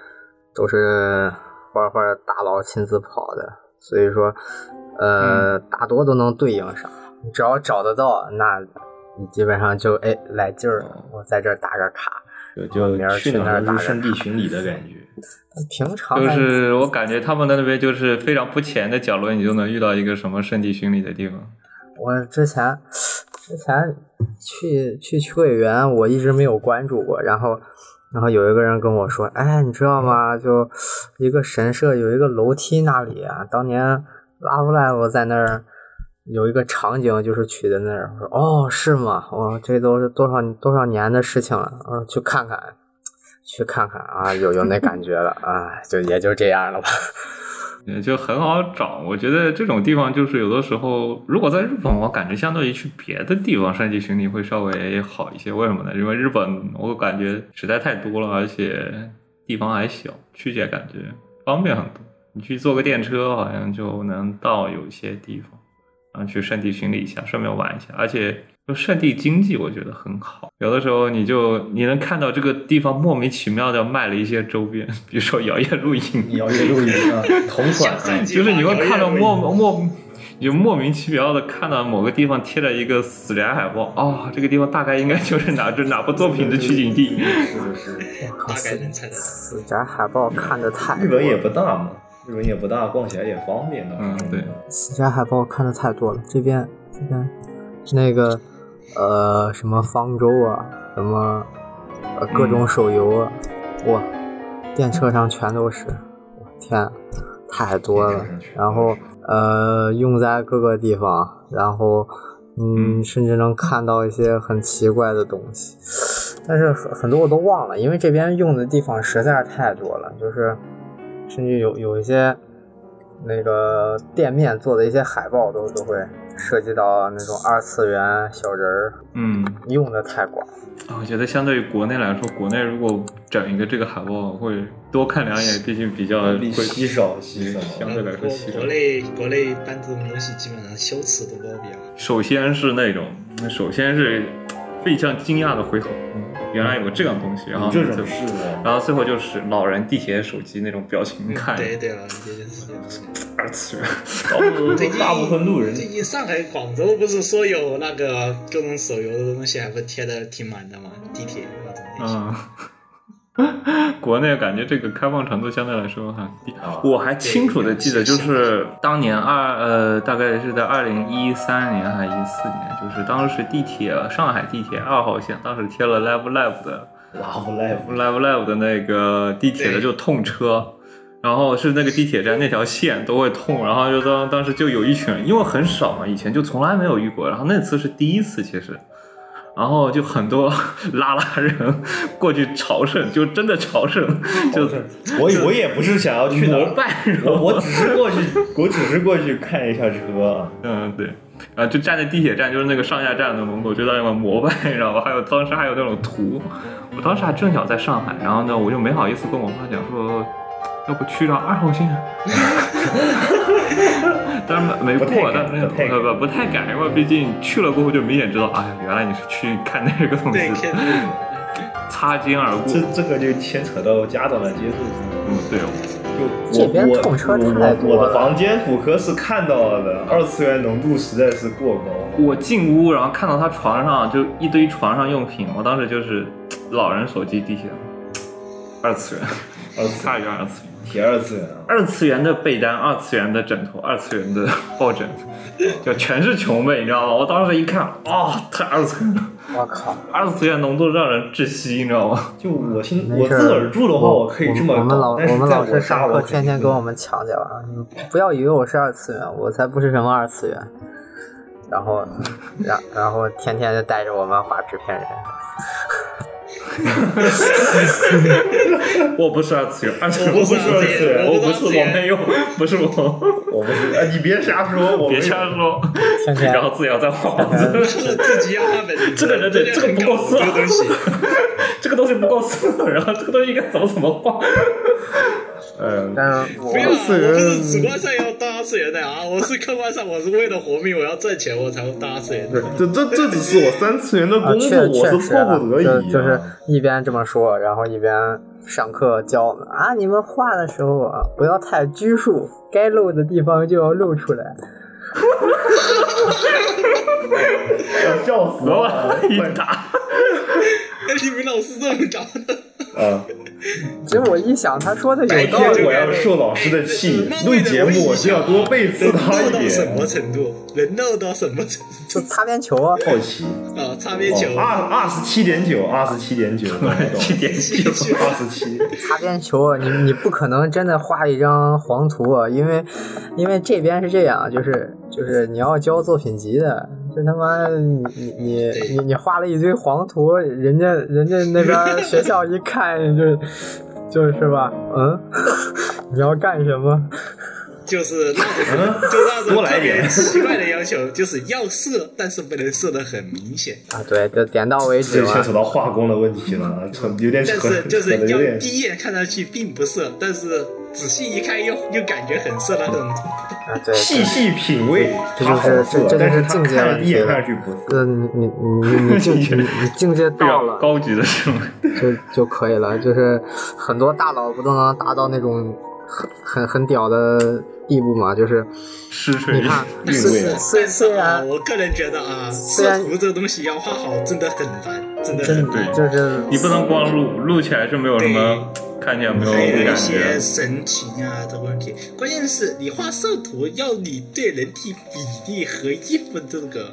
[SPEAKER 7] 都是画画大佬亲自跑的，所以说，
[SPEAKER 3] 嗯
[SPEAKER 7] 呃，大多都能对应上。只要找得到，那你基本上就哎来劲儿
[SPEAKER 3] 嗯
[SPEAKER 7] 了。我在这儿打个卡，
[SPEAKER 2] 就就去哪儿都是圣地巡礼的感觉。
[SPEAKER 7] 平常
[SPEAKER 3] 就
[SPEAKER 7] 还
[SPEAKER 3] 是我感觉他们那边就是非常不前的角落，你就能遇到一个什么圣地巡礼的地方。
[SPEAKER 7] 我之前之前去去秋叶原，我一直没有关注过。然后然后有一个人跟我说：“哎，你知道吗？就一个神社有一个楼梯那里啊，当年 Love Live 在那儿有一个场景，就是取的那儿。”我说：“哦，是吗？哦，这都是多少多少年的事情了。嗯，去看看，去看看啊，有有那感觉了啊，就也就这样了 吧。
[SPEAKER 3] 也就很好找。我觉得这种地方就是有的时候，如果在日本，我感觉相对于去别的地方山地巡礼会稍微好一些。为什么呢？因为日本我感觉实在太多了，而且地方还小，去起来感觉方便很多。你去坐个电车，好像就能到有些地方，然后去圣地巡礼一下，顺便玩一下，而且。就圣地经济，我觉得很好。有的时候你就你能看到这个地方莫名其妙的卖了一些周边，比如说摇曳露营，
[SPEAKER 2] 你要去露营啊， 同款啊，
[SPEAKER 3] 就是你会看到莫莫，你就莫名其妙的看到某个地方贴了一个死宅海报，哦，这个地方大概应该就是哪这哪部作品的取景 地。
[SPEAKER 2] 是的是的。
[SPEAKER 7] 大
[SPEAKER 4] 大概能猜得到。
[SPEAKER 7] 死宅海报看的太
[SPEAKER 2] 日
[SPEAKER 7] 多
[SPEAKER 2] 本也
[SPEAKER 7] 了
[SPEAKER 2] 不大嘛，日本也不大，逛起来也方便的。
[SPEAKER 3] 嗯对
[SPEAKER 7] 死宅海报看的太多了，这边这边那个呃什么方舟啊，什么呃各种
[SPEAKER 2] 嗯
[SPEAKER 7] 手游啊，哇，电车上全都是，我天啊，太多了
[SPEAKER 2] 电车上全都。是
[SPEAKER 7] 然后呃用在各个地方，然后嗯
[SPEAKER 3] 嗯
[SPEAKER 7] 甚至能看到一些很奇怪的东西，但是很很多我都忘了，因为这边用的地方实在是太多了，就是甚至有有一些。那个店面做的一些海报都都会涉及到那种二次元小人儿，
[SPEAKER 3] 嗯，啊
[SPEAKER 7] 用的太广。
[SPEAKER 3] 我觉得相对于国内来说，国内如果整一个这个海报，会多看两眼，毕竟比较
[SPEAKER 2] 比
[SPEAKER 3] 呃会
[SPEAKER 2] 稀少稀少。
[SPEAKER 3] 相对来说稀
[SPEAKER 4] 嗯
[SPEAKER 3] 少
[SPEAKER 4] 国。内国内办这种东西，基本上羞耻都包不了。
[SPEAKER 3] 首先是那种，首先是非常惊讶的回头，嗯原来有这样东西，然后
[SPEAKER 2] 这
[SPEAKER 3] 就
[SPEAKER 2] 种事啊，
[SPEAKER 3] 然后最后就是老人、地铁、手机那种表
[SPEAKER 2] 嗯
[SPEAKER 3] 情看，
[SPEAKER 4] 对对了，这件事情。
[SPEAKER 3] 二次元，
[SPEAKER 4] 最近
[SPEAKER 2] 大部分路人
[SPEAKER 4] 最近上海、广州不是说有那个各种手游的东西，还不贴的挺满的嘛？地铁啊那种类型。
[SPEAKER 3] 嗯。 国内感觉这个开放程度相对来说很低，我还清楚的记得，就是当年二呃，大概是在二零一三年还一四年，就是当时地铁上海地铁二号线，当时贴了 Live Live 的
[SPEAKER 2] Love Live
[SPEAKER 3] Live Live 的那个地铁的
[SPEAKER 4] 对
[SPEAKER 3] 就痛车，然后是那个地铁站那条线都会痛，然后就当当时就有一群人，因为很少嘛，以前就从来没有遇过，然后那次是第一次其实，然后就很多 拉拉人过去朝圣，就真的朝圣，就
[SPEAKER 2] 我我也不是想要去哪
[SPEAKER 3] 膜
[SPEAKER 2] 儿，
[SPEAKER 3] 拜，然
[SPEAKER 2] 我
[SPEAKER 3] 后
[SPEAKER 2] 我只是过去，我只是过去看一下车啊。
[SPEAKER 3] 嗯对。然后就站在地铁站，就是那个上下站的门口，就在那块膜拜， 然后还有当时还有那种图，我当时还正巧在上海，然后呢，我就没好意思跟我妈讲说，要不去趟二号线， 当然没没
[SPEAKER 2] 不太
[SPEAKER 3] 过，
[SPEAKER 2] 敢
[SPEAKER 3] 但是
[SPEAKER 2] 不太敢
[SPEAKER 3] 不不不太敢，因为毕竟去了过后就明显知道，哎呀，原来你是去看那个东
[SPEAKER 4] 对，
[SPEAKER 3] 西
[SPEAKER 4] 看
[SPEAKER 3] 的， 擦肩而过
[SPEAKER 2] 这。这个就牵扯到家长的接受。
[SPEAKER 3] 嗯，对，
[SPEAKER 2] 就
[SPEAKER 7] 这
[SPEAKER 2] 我
[SPEAKER 7] 边
[SPEAKER 2] 我
[SPEAKER 7] 痛车
[SPEAKER 2] 我
[SPEAKER 7] 太
[SPEAKER 2] 我
[SPEAKER 7] 多了
[SPEAKER 2] 我的房间骨科是看到了的，二次元浓度实在是过高。
[SPEAKER 3] 我进屋，然后看到他床上就一堆床上用品，我当时就是老人手机地铁，二次元，
[SPEAKER 2] 二次
[SPEAKER 3] 差一点二次元。
[SPEAKER 2] 铁二次元啊，
[SPEAKER 3] 二次元的被单，二次元的枕头，二次元的抱枕，就全是穷妹，你知道吗？我当时一看，啊、太二次元了，
[SPEAKER 7] 我靠，
[SPEAKER 3] 二次元浓度让人窒息，你知道吗？
[SPEAKER 2] 就我心
[SPEAKER 7] 没
[SPEAKER 2] 我
[SPEAKER 7] 事
[SPEAKER 2] 自个儿住的话，
[SPEAKER 7] 我
[SPEAKER 2] 哦可以这么
[SPEAKER 7] 我们老
[SPEAKER 2] 搞，但是
[SPEAKER 7] 们
[SPEAKER 2] 在
[SPEAKER 7] 老
[SPEAKER 2] 我
[SPEAKER 7] 师
[SPEAKER 2] 家
[SPEAKER 7] 上课
[SPEAKER 2] 我肯定
[SPEAKER 7] 天天跟我们强调啊，你不要以为我是二次元，我才不是什么二次元。然后，然然后天天就带着我们画纸 片人。
[SPEAKER 3] 我不是二次元，二次元
[SPEAKER 4] 我不是
[SPEAKER 3] 二次元，
[SPEAKER 4] 我
[SPEAKER 3] 我
[SPEAKER 4] 不
[SPEAKER 3] 不
[SPEAKER 4] 是
[SPEAKER 3] 是
[SPEAKER 4] 二次元
[SPEAKER 3] 我没有，不是我，
[SPEAKER 2] 我不是，哎，你别瞎说，我没
[SPEAKER 3] 别
[SPEAKER 2] 有
[SPEAKER 3] 瞎说，
[SPEAKER 7] 天天
[SPEAKER 3] 然后自己要再画房子，
[SPEAKER 4] 是自己要画本子，
[SPEAKER 3] 嗯这个人得
[SPEAKER 4] 就很
[SPEAKER 3] 这个不够啊色
[SPEAKER 4] 搞这个东西。
[SPEAKER 3] 这个东西不够色，然后这个东西应该怎么怎么画，
[SPEAKER 2] 嗯，
[SPEAKER 7] 但是 我
[SPEAKER 4] 不 啊要，我不是主观上要当二次元的啊，我是客观上，我是为了活命，我要赚钱，我才会当二次元的。
[SPEAKER 2] 这这这只是我三次元的
[SPEAKER 7] 啊，
[SPEAKER 2] 工
[SPEAKER 7] 确
[SPEAKER 2] 作，我
[SPEAKER 7] 确
[SPEAKER 2] 是
[SPEAKER 7] 实
[SPEAKER 2] 迫不得已
[SPEAKER 7] 就
[SPEAKER 2] 啊。
[SPEAKER 7] 就是一边这么说，然后一边上课教我们啊，你们画的时候啊，不要太拘束，该露的地方就要露出来。
[SPEAKER 2] 要笑死
[SPEAKER 3] 然
[SPEAKER 2] 我
[SPEAKER 3] 后往
[SPEAKER 2] 了，
[SPEAKER 3] 里一打。
[SPEAKER 4] 哎， 你们老师这么搞的，
[SPEAKER 2] 啊！
[SPEAKER 7] 其实我一想，他说的
[SPEAKER 4] 白
[SPEAKER 7] 有
[SPEAKER 2] 有
[SPEAKER 7] 道
[SPEAKER 2] 道
[SPEAKER 7] 理
[SPEAKER 2] 理，我要受老师的气，录节目我就要多背刺
[SPEAKER 4] 能
[SPEAKER 2] 他
[SPEAKER 4] 闹
[SPEAKER 2] 一
[SPEAKER 4] 到什
[SPEAKER 2] 点。
[SPEAKER 4] 么程度？能闹到什么程度？
[SPEAKER 7] 就擦边球啊，
[SPEAKER 2] 好奇，
[SPEAKER 4] 啊，擦边球，
[SPEAKER 2] 二二十七点九，二十七点九，
[SPEAKER 3] 七点九，
[SPEAKER 2] 二十七，
[SPEAKER 7] 擦边球啊，你你不可能真的画一张黄图啊，因为因为这边是这样，啊就是就是你要交作品集的。这他妈你你你你你画了一堆黄图，人家人家那边学校一看就就是吧，嗯， 你要干什么？
[SPEAKER 4] 就是那种， 就那种特别奇怪的要求，就是要射，但是不能射的很明显，
[SPEAKER 7] 啊，对，就点到为止
[SPEAKER 2] 这
[SPEAKER 7] 嘛。
[SPEAKER 2] 牵扯到画工的问题了，扯有点扯
[SPEAKER 4] 但，是就
[SPEAKER 2] 扯
[SPEAKER 4] 是
[SPEAKER 2] 的有
[SPEAKER 4] 要
[SPEAKER 2] 点
[SPEAKER 4] 第一眼看上去并不射，但是仔细一看又又感觉很射那种。
[SPEAKER 7] 啊，对，
[SPEAKER 2] 细细品味，
[SPEAKER 7] 这
[SPEAKER 2] 他好
[SPEAKER 7] 就是
[SPEAKER 2] 色，
[SPEAKER 7] 这这
[SPEAKER 2] 但
[SPEAKER 7] 就是是
[SPEAKER 2] 他
[SPEAKER 7] 境界
[SPEAKER 2] 看了
[SPEAKER 7] 问
[SPEAKER 2] 第一
[SPEAKER 7] 题
[SPEAKER 2] 眼看上
[SPEAKER 7] 了。
[SPEAKER 2] 去不色。
[SPEAKER 7] 这你你你你 你境你你境界
[SPEAKER 3] 非
[SPEAKER 7] 到
[SPEAKER 3] 常
[SPEAKER 7] 了，
[SPEAKER 3] 高级的行为。
[SPEAKER 7] 就就可以了。就是很多大佬不都能达到那种很很很屌的地步嘛？就是
[SPEAKER 3] 失水
[SPEAKER 7] 你看，
[SPEAKER 3] 啊
[SPEAKER 4] 但
[SPEAKER 7] 虽
[SPEAKER 2] 韵味
[SPEAKER 4] 是
[SPEAKER 7] 虽虽
[SPEAKER 4] 但是
[SPEAKER 7] 虽
[SPEAKER 4] 啊，
[SPEAKER 7] 然
[SPEAKER 4] 我个人觉得啊，
[SPEAKER 7] 虽然
[SPEAKER 4] 色图这东西要画好真的很难，真的很
[SPEAKER 7] 真
[SPEAKER 4] 难。
[SPEAKER 3] 对
[SPEAKER 7] 就是
[SPEAKER 3] 你不能光录，录起来是没有什么，看起来没
[SPEAKER 4] 还
[SPEAKER 3] 有
[SPEAKER 4] 有一
[SPEAKER 3] 感
[SPEAKER 4] 些
[SPEAKER 3] 觉。
[SPEAKER 4] 神情啊的问题，关键是你画色图要你对人体比例和衣服这个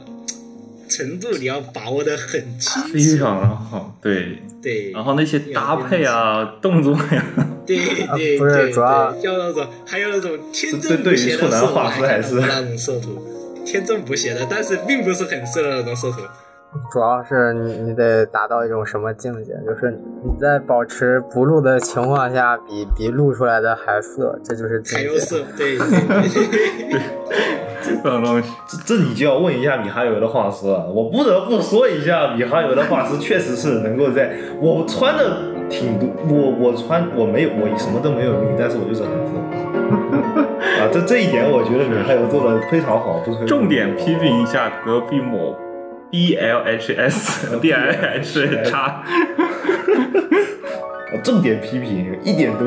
[SPEAKER 4] 程度，你要把握的很清
[SPEAKER 3] 非
[SPEAKER 4] 晰。
[SPEAKER 3] 常好，对，
[SPEAKER 4] 对，
[SPEAKER 3] 然后那些搭配啊、动作呀、
[SPEAKER 4] 对对
[SPEAKER 7] 不是
[SPEAKER 4] 对，
[SPEAKER 7] 主要
[SPEAKER 4] 对要那种，还有那种天
[SPEAKER 2] 这
[SPEAKER 4] 真
[SPEAKER 2] 对
[SPEAKER 4] 不
[SPEAKER 2] 于
[SPEAKER 4] 邪
[SPEAKER 2] 处
[SPEAKER 4] 的
[SPEAKER 2] 男
[SPEAKER 4] 色图，
[SPEAKER 2] 画出来是
[SPEAKER 4] 那种色图，天真不邪的，但是并不是很色的那种色图。
[SPEAKER 7] 主要是你你得达到一种什么境界，就是你在保持不露的情况下，比比露出来的还色，这就是境
[SPEAKER 4] 还有
[SPEAKER 7] 界。
[SPEAKER 4] 色，对，对对
[SPEAKER 3] 这种东西。
[SPEAKER 2] 这这你就要问一下米哈游的画师了。我不得不说一下，米哈游的画师确实是能够在我穿的挺多，我我穿我没有我什么都没有绿，但是我就是很自豪。啊，这这一点我觉得米哈游做的非常好，不是
[SPEAKER 3] 重点批评一下隔壁某 B L H S D I H 叉，
[SPEAKER 2] 重点批评，一点都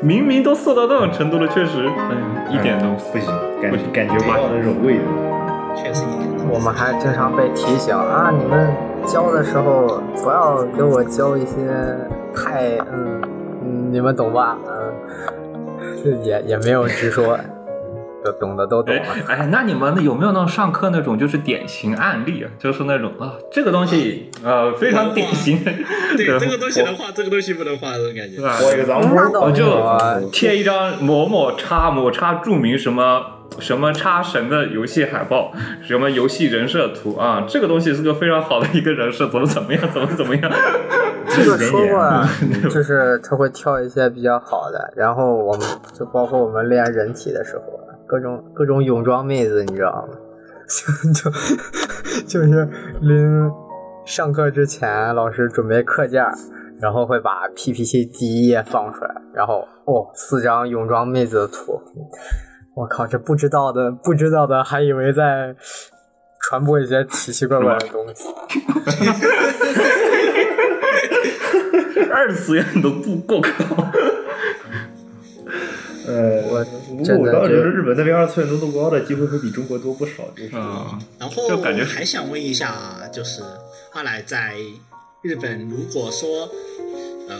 [SPEAKER 3] 明明都色到这种程度了，确实，哎，一点都不
[SPEAKER 2] 不行，感
[SPEAKER 3] 不行
[SPEAKER 2] 感觉不到那种味道。
[SPEAKER 4] 确实一点都不
[SPEAKER 7] 我们还经常被提醒啊，你们教的时候不要给我教一些太嗯，嗯你们懂吧？嗯，这也也没有直说，就懂的都懂啊
[SPEAKER 3] 哎
[SPEAKER 7] 了。
[SPEAKER 3] 哎，那你们有没有那种上课那种就是典型案例，就是那种啊，这个东西呃非常典型，
[SPEAKER 4] 对
[SPEAKER 3] 对
[SPEAKER 4] 这个东西能画，这个东西不能画，这种感觉
[SPEAKER 3] 是。吧？
[SPEAKER 2] 我有个脏
[SPEAKER 7] 那倒
[SPEAKER 2] 哎我
[SPEAKER 7] 没
[SPEAKER 2] 就
[SPEAKER 7] 有啊
[SPEAKER 3] 贴一张某某叉某叉著名什么什么叉神的游戏海报，什么游戏人设图啊，这个东西是个非常好的一个人设，怎么怎么样，怎么怎么样，
[SPEAKER 7] 这个说过 啊，就是他会挑一些比较好的，然后我们就包括我们练人体的时候，啊各种各种泳装妹子，你知道吗？就就是 临上课之前，老师准备课件儿，然后会把 PPT 第一页放出来，然后哦，四张泳装妹子的图，我靠，这不知道的不知道的还以为在传播一些奇奇怪怪的东西。
[SPEAKER 3] 二次元都不够高。
[SPEAKER 2] 呃，
[SPEAKER 7] 我
[SPEAKER 2] 不过
[SPEAKER 7] 真
[SPEAKER 2] 我
[SPEAKER 7] 的
[SPEAKER 2] 倒觉
[SPEAKER 7] 觉
[SPEAKER 2] 得
[SPEAKER 7] 得
[SPEAKER 2] 日本那边二次元浓度高的机会会比中国多不少，就是。
[SPEAKER 3] 啊，
[SPEAKER 4] 然后
[SPEAKER 3] 就感觉
[SPEAKER 4] 还想问一下，就是二来在日本，如果说呃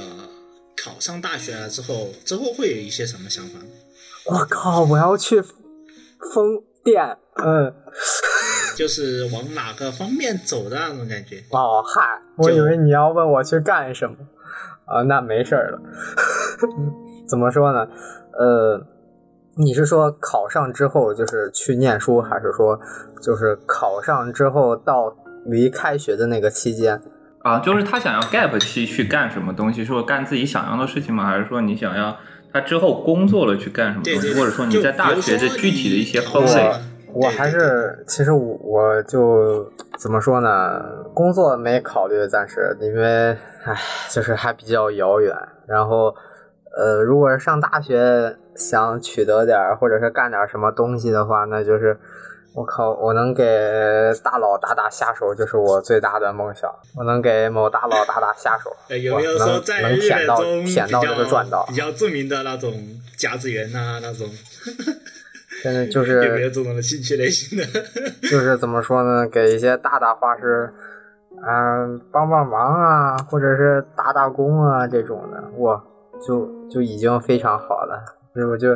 [SPEAKER 4] 考上大学了之后，之后会有一些什么想法？
[SPEAKER 7] 我靠，我要去疯店，嗯，
[SPEAKER 4] 就是往哪个方面走的那种感觉？
[SPEAKER 7] 哦嗨，我以为你要问我去干什么，啊、那没事儿了。 怎么说呢？呃，你是说考上之后就是去念书，还是说就是考上之后到离开学的那个期间？
[SPEAKER 3] 啊，就是他想要 gap 期去干什么东西，是我干自己想要的事情吗？还是说你想要他之后工作了去干什么东
[SPEAKER 4] 对
[SPEAKER 3] 西，
[SPEAKER 4] 对对，
[SPEAKER 3] 或者说你
[SPEAKER 4] 就
[SPEAKER 3] 在大学的具体的一些分
[SPEAKER 7] 对
[SPEAKER 3] 类？
[SPEAKER 7] 我还是，其实我我就怎么说呢，工作没考虑，暂时因为唉，就是还比较遥远。然后，呃，如果是上大学想取得点儿或者是干点儿什么东西的话，那就是我靠，我能给大佬打打下手，就是我最大的梦想。我能给某大佬打打下手，
[SPEAKER 4] 呃有没有
[SPEAKER 7] 哇
[SPEAKER 4] 说
[SPEAKER 7] 能
[SPEAKER 4] 在
[SPEAKER 7] 能
[SPEAKER 4] 日
[SPEAKER 7] 舔
[SPEAKER 4] 本
[SPEAKER 7] 到
[SPEAKER 4] 中比
[SPEAKER 7] 舔到就是赚
[SPEAKER 4] 较
[SPEAKER 7] 到
[SPEAKER 4] 比，较著名的那种甲子园呐、那种，
[SPEAKER 7] 真的就是
[SPEAKER 4] 有没有这种的兴趣类型的？
[SPEAKER 7] 就是怎么说呢，给一些大大画师，嗯、帮帮忙啊，或者是打打工啊这种的，我就就已经非常好了，所以我就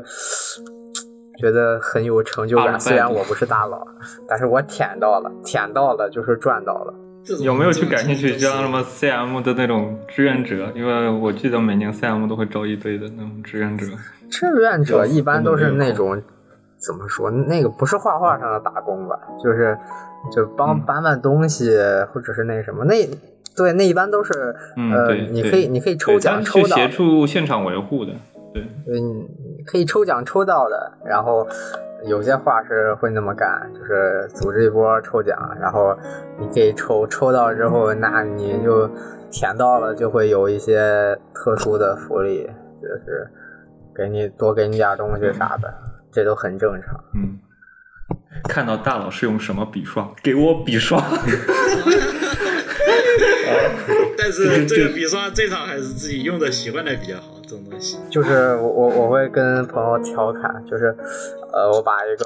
[SPEAKER 7] 觉得很有成就
[SPEAKER 3] 二
[SPEAKER 7] 感。
[SPEAKER 3] 百
[SPEAKER 7] 虽然我不是大佬，但是我舔到了，舔到了就是赚到了。
[SPEAKER 4] 这种
[SPEAKER 3] 有没有去感兴
[SPEAKER 4] 这
[SPEAKER 3] 趣
[SPEAKER 4] 种
[SPEAKER 3] 像什么 CM 的那种志愿者？因为我记得每年 CM 都会招一堆的那种志愿者。
[SPEAKER 7] 志愿者一般都是那种怎么说，那个不是画画上的打工吧，就是就
[SPEAKER 3] 嗯
[SPEAKER 7] 帮搬搬东西，或者是那什么那。对，那一般都是，
[SPEAKER 3] 嗯
[SPEAKER 7] 呃
[SPEAKER 3] 对，
[SPEAKER 7] 你
[SPEAKER 3] 对
[SPEAKER 7] 可以，你可以抽
[SPEAKER 3] 对，他
[SPEAKER 7] 奖
[SPEAKER 3] 们
[SPEAKER 7] 抽
[SPEAKER 3] 去
[SPEAKER 7] 到，
[SPEAKER 3] 协助现场维护的。
[SPEAKER 7] 对，你嗯可以抽奖抽到的。然后有些画是会那么干，就是组织一波抽奖，然后你可以抽，抽到之后，那你就填到了，就会有一些特殊的福利，就是给你多给你点东西啥的，这都很正常。
[SPEAKER 3] 嗯，看到大佬是用什么笔刷，给我笔刷。
[SPEAKER 4] 但是这个笔刷最少还是自己用的习惯的比较好，这种东西。
[SPEAKER 7] 就是我我我会跟朋友调侃，就是，呃，我把一个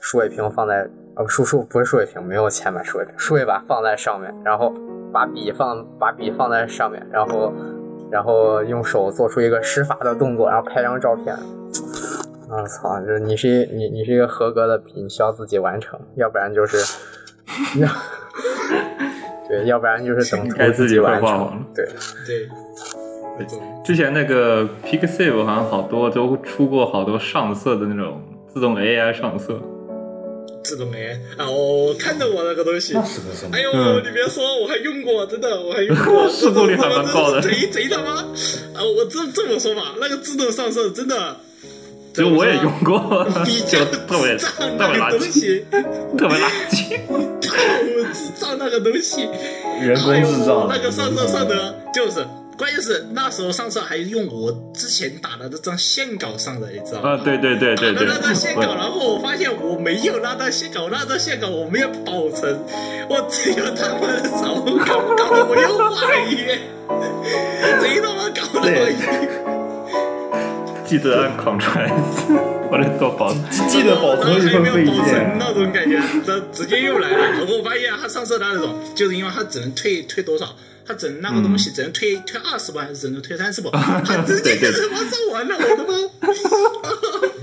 [SPEAKER 7] 数位屏放在，呃，数数不是数位屏，没有钱买数位屏，数位板放在上面，然后把笔放把笔放在上面，然后然后用手做出一个施法的动作，然后拍张照片。我操，就是你是一你你是一个合格的笔，你需要自己完成，要不然 就是，要 对，要不然就是等
[SPEAKER 3] 该
[SPEAKER 7] 图
[SPEAKER 3] 自己
[SPEAKER 7] 己完
[SPEAKER 3] 绘画了
[SPEAKER 7] 成，对。
[SPEAKER 4] 对，这种
[SPEAKER 3] 之前那个 Picsave 好像好多都出过好多上色的那种自动 AI 上色。
[SPEAKER 4] 自动 AI 啊，我看到我那个东西
[SPEAKER 2] 那。是个什么
[SPEAKER 4] 哎？呦，
[SPEAKER 3] 嗯
[SPEAKER 4] 你别说，我还用过，真的，我还用 过，
[SPEAKER 3] 是动力还蛮高的
[SPEAKER 4] 贼贼他妈！啊，我这这么说吧，那个自动上色真的，
[SPEAKER 3] 就我也用过，
[SPEAKER 4] 你
[SPEAKER 3] 就
[SPEAKER 4] 就
[SPEAKER 3] 特别
[SPEAKER 4] 智障
[SPEAKER 3] 特
[SPEAKER 4] 那
[SPEAKER 3] 别垃
[SPEAKER 4] 个东
[SPEAKER 3] 圾，
[SPEAKER 4] 西，
[SPEAKER 3] 特别垃圾。
[SPEAKER 4] 智障那个东西，
[SPEAKER 2] 人工制造
[SPEAKER 4] 哎那个上上上的，就是关键是那时候上上还用我之前打的那张线稿上的，你知道吗？
[SPEAKER 3] 啊，对对对对对，
[SPEAKER 4] 打了那张线稿，
[SPEAKER 3] 我
[SPEAKER 4] 然后我发现我没有那张线稿，那张线稿我没有保存，我只有他们的手稿，搞得我又怀疑，谁他妈搞的我
[SPEAKER 2] 对
[SPEAKER 4] 一
[SPEAKER 3] 记得按 Ctrl S，我来做保存。
[SPEAKER 2] 记记得保存一份废件。
[SPEAKER 4] 那种感觉，他直接又来了。然后我发现他上次那种，就是因为他只能退退多少，他只能那个东西只能退、退二十步，还是只能退三十步，他直接就他妈上完了，我他妈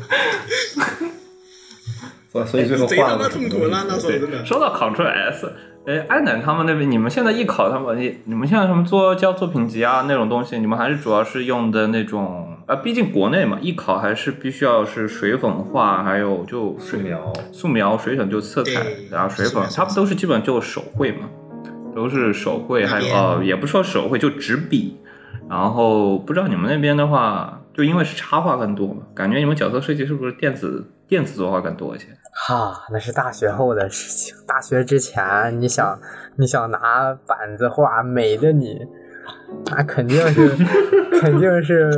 [SPEAKER 2] 所所以最后
[SPEAKER 4] 贼
[SPEAKER 2] 换
[SPEAKER 4] 他妈
[SPEAKER 2] 了。
[SPEAKER 4] 痛苦了，那时候
[SPEAKER 3] 对
[SPEAKER 4] 真的，。
[SPEAKER 3] 说到 Ctrl S，呃，安南他们那边，你们现在艺考他们，你你们现在什么做交作品集啊那种东西，你们还是主要是用的那种，啊，毕竟国内嘛，艺考还是必须要是水粉画，还有就
[SPEAKER 2] 素
[SPEAKER 3] 水
[SPEAKER 2] 描，
[SPEAKER 3] 素描、水粉就色彩
[SPEAKER 4] 对，
[SPEAKER 3] 然后水
[SPEAKER 4] 素
[SPEAKER 3] 粉
[SPEAKER 4] 描，
[SPEAKER 3] 他们都是基本就手绘嘛，都是手绘，还有
[SPEAKER 4] 那边
[SPEAKER 3] 呃，也不说手绘，就纸笔。然后不知道你们那边的话，就因为是插画更多嘛，感觉你们角色设计是不是电子电子作画更多一些？
[SPEAKER 7] 哈，那是大学后的事情。大学之前，你想你想拿板子画美的你，那肯定是肯定是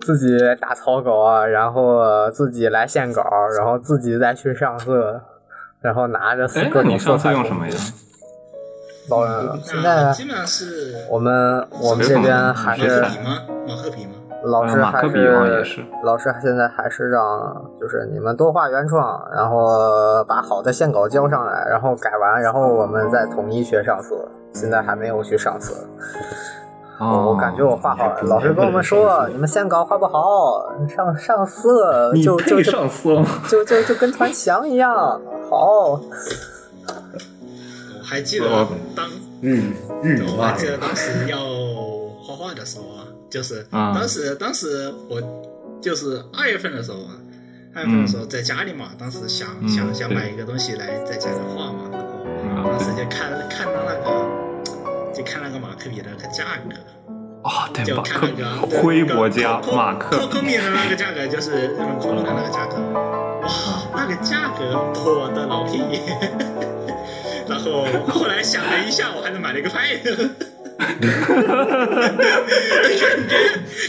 [SPEAKER 7] 自己打草稿啊，然后自己来线稿，然后自己再去上色，然后拿着
[SPEAKER 3] 哎，
[SPEAKER 7] 各
[SPEAKER 3] 那
[SPEAKER 7] 种
[SPEAKER 3] 你
[SPEAKER 7] 色
[SPEAKER 3] 上次
[SPEAKER 7] 彩
[SPEAKER 3] 用什么呀？
[SPEAKER 7] 包着。现
[SPEAKER 4] 啊
[SPEAKER 7] 在
[SPEAKER 4] 基本上是
[SPEAKER 7] 我们我们这边还
[SPEAKER 4] 马
[SPEAKER 7] 是
[SPEAKER 4] 克笔吗？马克笔吗？
[SPEAKER 7] 老师
[SPEAKER 3] 马
[SPEAKER 7] 还
[SPEAKER 3] 克笔好像也是
[SPEAKER 7] 老师现在还是让就是你们多画原创，然后把好的线稿交上来，然后改完，然后我们再统一学上色。现在还没有去上色，
[SPEAKER 3] 哦
[SPEAKER 7] 我感觉我画好了。
[SPEAKER 2] 你还不
[SPEAKER 7] 老师跟我们
[SPEAKER 2] 你还不
[SPEAKER 7] 说
[SPEAKER 2] 能上，色
[SPEAKER 7] 你们线稿画不好，上上
[SPEAKER 4] 哦
[SPEAKER 7] 色
[SPEAKER 3] 你
[SPEAKER 7] 就就
[SPEAKER 3] 配
[SPEAKER 7] 就
[SPEAKER 3] 上色吗？
[SPEAKER 7] 就就就跟团墙一样。 好，
[SPEAKER 4] 我还记得
[SPEAKER 3] 哦嗯
[SPEAKER 4] 当
[SPEAKER 2] 日语日语
[SPEAKER 4] 我
[SPEAKER 2] 画
[SPEAKER 4] 还记得当时要画画的时候啊，就是
[SPEAKER 3] 啊
[SPEAKER 4] 当时当时我就是二月份的时候嘛，二月份的时候在家里嘛，当时想
[SPEAKER 3] 嗯
[SPEAKER 4] 想想
[SPEAKER 3] 对
[SPEAKER 4] 买一个东西来在家里画嘛，然
[SPEAKER 3] 啊
[SPEAKER 4] 后当时就看看到那个就看那个马克笔的那个价格，
[SPEAKER 3] 哦，对，
[SPEAKER 4] 就
[SPEAKER 3] 马
[SPEAKER 4] 看
[SPEAKER 3] 克
[SPEAKER 4] 那
[SPEAKER 3] 笔，
[SPEAKER 4] 个
[SPEAKER 3] 灰国家马
[SPEAKER 4] 科
[SPEAKER 3] 克
[SPEAKER 4] 科
[SPEAKER 3] 笔
[SPEAKER 4] 米的那个价格就是日本科隆的那个价格，哇，那个价格我的老天爷！ 然后后来想了一下，我还是买了一个 Pad。感觉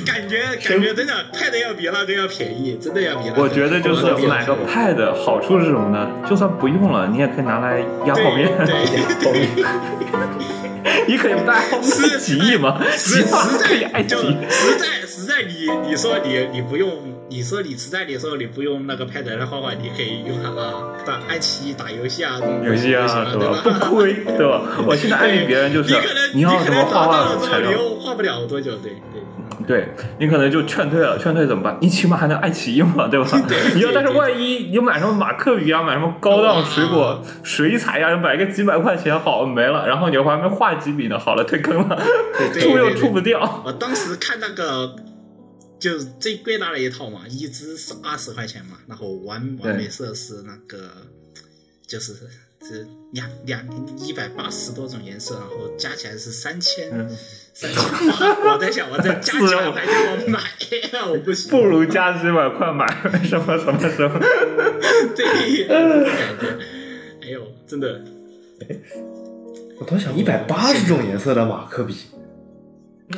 [SPEAKER 4] 感觉感觉真的 Pad 要比那个要便宜，真的要比那个。
[SPEAKER 3] 我觉得就是买个 Pad 好处是什么呢？就算不用了，你也可以拿来压泡面，
[SPEAKER 4] 对对对，
[SPEAKER 3] 你可以卖泡面
[SPEAKER 4] 是
[SPEAKER 3] 几亿嘛，
[SPEAKER 4] 实
[SPEAKER 3] 几
[SPEAKER 4] 实
[SPEAKER 3] 万可以 爱
[SPEAKER 4] 在就
[SPEAKER 3] 几亿。
[SPEAKER 4] 实在实在你你说你你不用，你说你实在你说你不用那个 Pad 来画画，你可以用它啊，打爱奇艺打游戏啊，这种
[SPEAKER 3] 游戏啊，对
[SPEAKER 4] 对
[SPEAKER 3] 吧？不 亏，对吧？我现在安利别人就是
[SPEAKER 4] 你可，能
[SPEAKER 3] 你要什么画画
[SPEAKER 4] 了之后，
[SPEAKER 3] 材
[SPEAKER 4] 你
[SPEAKER 3] 料，
[SPEAKER 4] 又画不了多久，对对。
[SPEAKER 3] 对你可能就劝退了，劝退怎么办？你起码还能爱奇艺 嘛，对吧？你要但是万一你买什么马克笔啊，买什么高档水果水彩呀、买个几百块钱好没了，然后你还没画几笔呢，好了退坑了，
[SPEAKER 4] 对
[SPEAKER 3] 出
[SPEAKER 4] 对
[SPEAKER 3] 又
[SPEAKER 4] 对
[SPEAKER 3] 出不掉。
[SPEAKER 4] 我当时看那个就是最贵大的一套嘛，一支是二十块钱嘛，然后完完美色是那个就是这两两一百八十多种颜色，然后加起来是三千三千八。我在想，我再加几百块钱我买，我不行，
[SPEAKER 3] 不如加几百块买 什么什么什么，
[SPEAKER 4] 对，感觉哎呦，真的
[SPEAKER 2] 我都想一百八十种颜色的马克笔，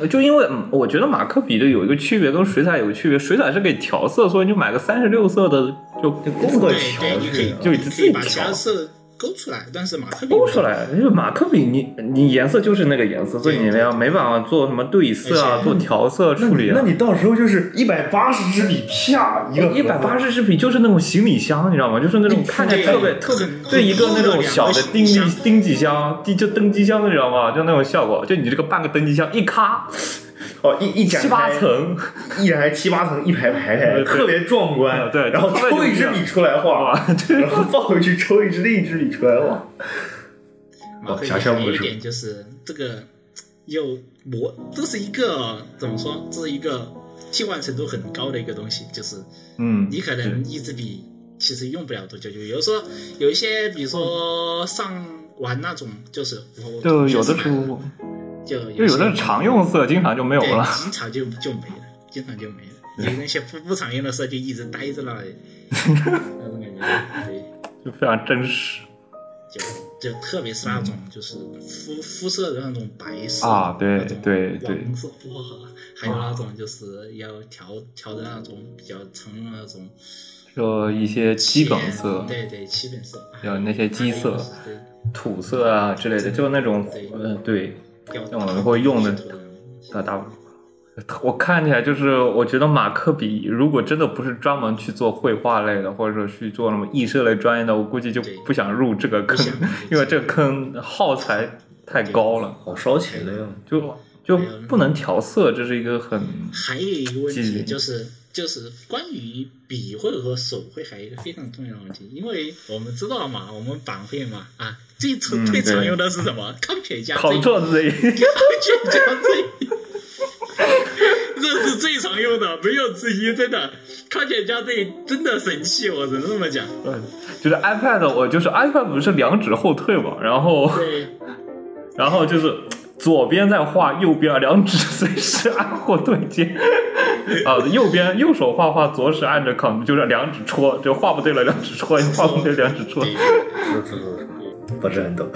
[SPEAKER 3] 就因为嗯，我觉得马克笔的有一个区别跟水彩有个区别，水彩是可以调色，所以你就买个三十六色的就
[SPEAKER 2] 就够
[SPEAKER 4] 对
[SPEAKER 2] 个
[SPEAKER 4] 对，
[SPEAKER 2] 调
[SPEAKER 4] 你可以
[SPEAKER 2] 制
[SPEAKER 3] 就
[SPEAKER 4] 你可以把
[SPEAKER 3] 自己
[SPEAKER 4] 其
[SPEAKER 3] 调
[SPEAKER 4] 他色勾出来，但是马克笔
[SPEAKER 3] 勾出来，因为马克笔你你颜色就是那个颜色，所以你要没办法做什么对色啊，
[SPEAKER 4] 而且
[SPEAKER 3] 做调色处理
[SPEAKER 2] 那
[SPEAKER 3] 啊。
[SPEAKER 2] 你到时候就是一百八十支笔，啪一个
[SPEAKER 3] 一百八
[SPEAKER 2] 十，
[SPEAKER 3] 十支笔就是那种行李箱，你知道吗？就是那种看着
[SPEAKER 4] 对
[SPEAKER 3] 特别特别，就一个那种小的
[SPEAKER 4] 很
[SPEAKER 3] 钉
[SPEAKER 4] 厚的
[SPEAKER 3] 机
[SPEAKER 4] 两个行李箱
[SPEAKER 3] 钉机箱，钉就登机箱，你知道吗？就那种效果，就你这个半个登机箱一咔
[SPEAKER 2] 哦一一展
[SPEAKER 3] 七八
[SPEAKER 2] 开，
[SPEAKER 3] 层，
[SPEAKER 2] 一人还七八层一排排开，
[SPEAKER 3] 对对啊
[SPEAKER 2] 特别壮观。
[SPEAKER 3] 对
[SPEAKER 2] 然后
[SPEAKER 3] 特别
[SPEAKER 2] 抽一支笔出来画，
[SPEAKER 3] 哇， 这
[SPEAKER 2] 然后放回去抽一支另一支笔出来 画。
[SPEAKER 4] 马克
[SPEAKER 2] 哦想象不
[SPEAKER 4] 有一
[SPEAKER 2] 出
[SPEAKER 4] 点就是这个又模，这是一个怎么说？这是一个替换程度很高的一个东西，就是
[SPEAKER 3] 嗯，
[SPEAKER 4] 你可能一支笔其实用不了多久，就比如说有一些，比如说上玩那种，就是我
[SPEAKER 3] 就有的
[SPEAKER 4] 时
[SPEAKER 3] 时候
[SPEAKER 4] 就
[SPEAKER 3] 就有的常用色经常就没有
[SPEAKER 4] 对
[SPEAKER 3] 了，
[SPEAKER 4] 经常就就没了，经常就没了。有那些不不常用的事就一直呆在那 里，那种感觉，对，
[SPEAKER 3] 就非常真实
[SPEAKER 4] 就就特别是那种就是肤肤色的那种白色
[SPEAKER 3] 嗯啊对
[SPEAKER 4] 那种
[SPEAKER 3] 对对啊
[SPEAKER 4] 黄色哇，还有那种就是要调调的那种比较长的那种
[SPEAKER 3] 就一些基本色
[SPEAKER 4] 浅、对对基本色，
[SPEAKER 3] 有那些基色
[SPEAKER 4] 对
[SPEAKER 3] 土色啊之类的，就那种
[SPEAKER 4] 对
[SPEAKER 3] 呃对，
[SPEAKER 4] 要
[SPEAKER 3] 像我们会用的
[SPEAKER 4] 大的
[SPEAKER 3] 大大。我看起来就是，我觉得马克笔如果真的不是专门去做绘画类的，或者说去做什么艺术类专业的，我估计就
[SPEAKER 4] 对
[SPEAKER 3] 不想入这个
[SPEAKER 4] 不
[SPEAKER 3] 坑
[SPEAKER 4] 想，
[SPEAKER 3] 因为这个坑耗材太高了，
[SPEAKER 2] 好烧钱的呀。
[SPEAKER 3] 就就不能调色，这是一个很
[SPEAKER 4] 还有一个问
[SPEAKER 3] 记忆
[SPEAKER 4] 题就是，就是关于笔绘和手绘，还有一个非常重要的问题，因为我们知道嘛，我们板绘嘛，啊，最常、
[SPEAKER 3] 嗯
[SPEAKER 4] 最常
[SPEAKER 3] 对
[SPEAKER 4] 用的是什么？ 康犬加 Z，
[SPEAKER 3] 考
[SPEAKER 4] 康
[SPEAKER 3] 作贼。
[SPEAKER 4] 犬加 Z，这是最常用的，没有之一，真的，康犬加 Z 真的神器，我只能这么讲。
[SPEAKER 3] 嗯， 就是 iPad，我就是 iPad 不是两指后退嘛，然后
[SPEAKER 4] 对，
[SPEAKER 3] 然后就是左边在画，右边两指 随时按后退键， 啊，右边右手画画，左手按着 Ctrl，就是两指戳，就画不对了，两指戳，画不对两指戳，
[SPEAKER 2] 不是很懂，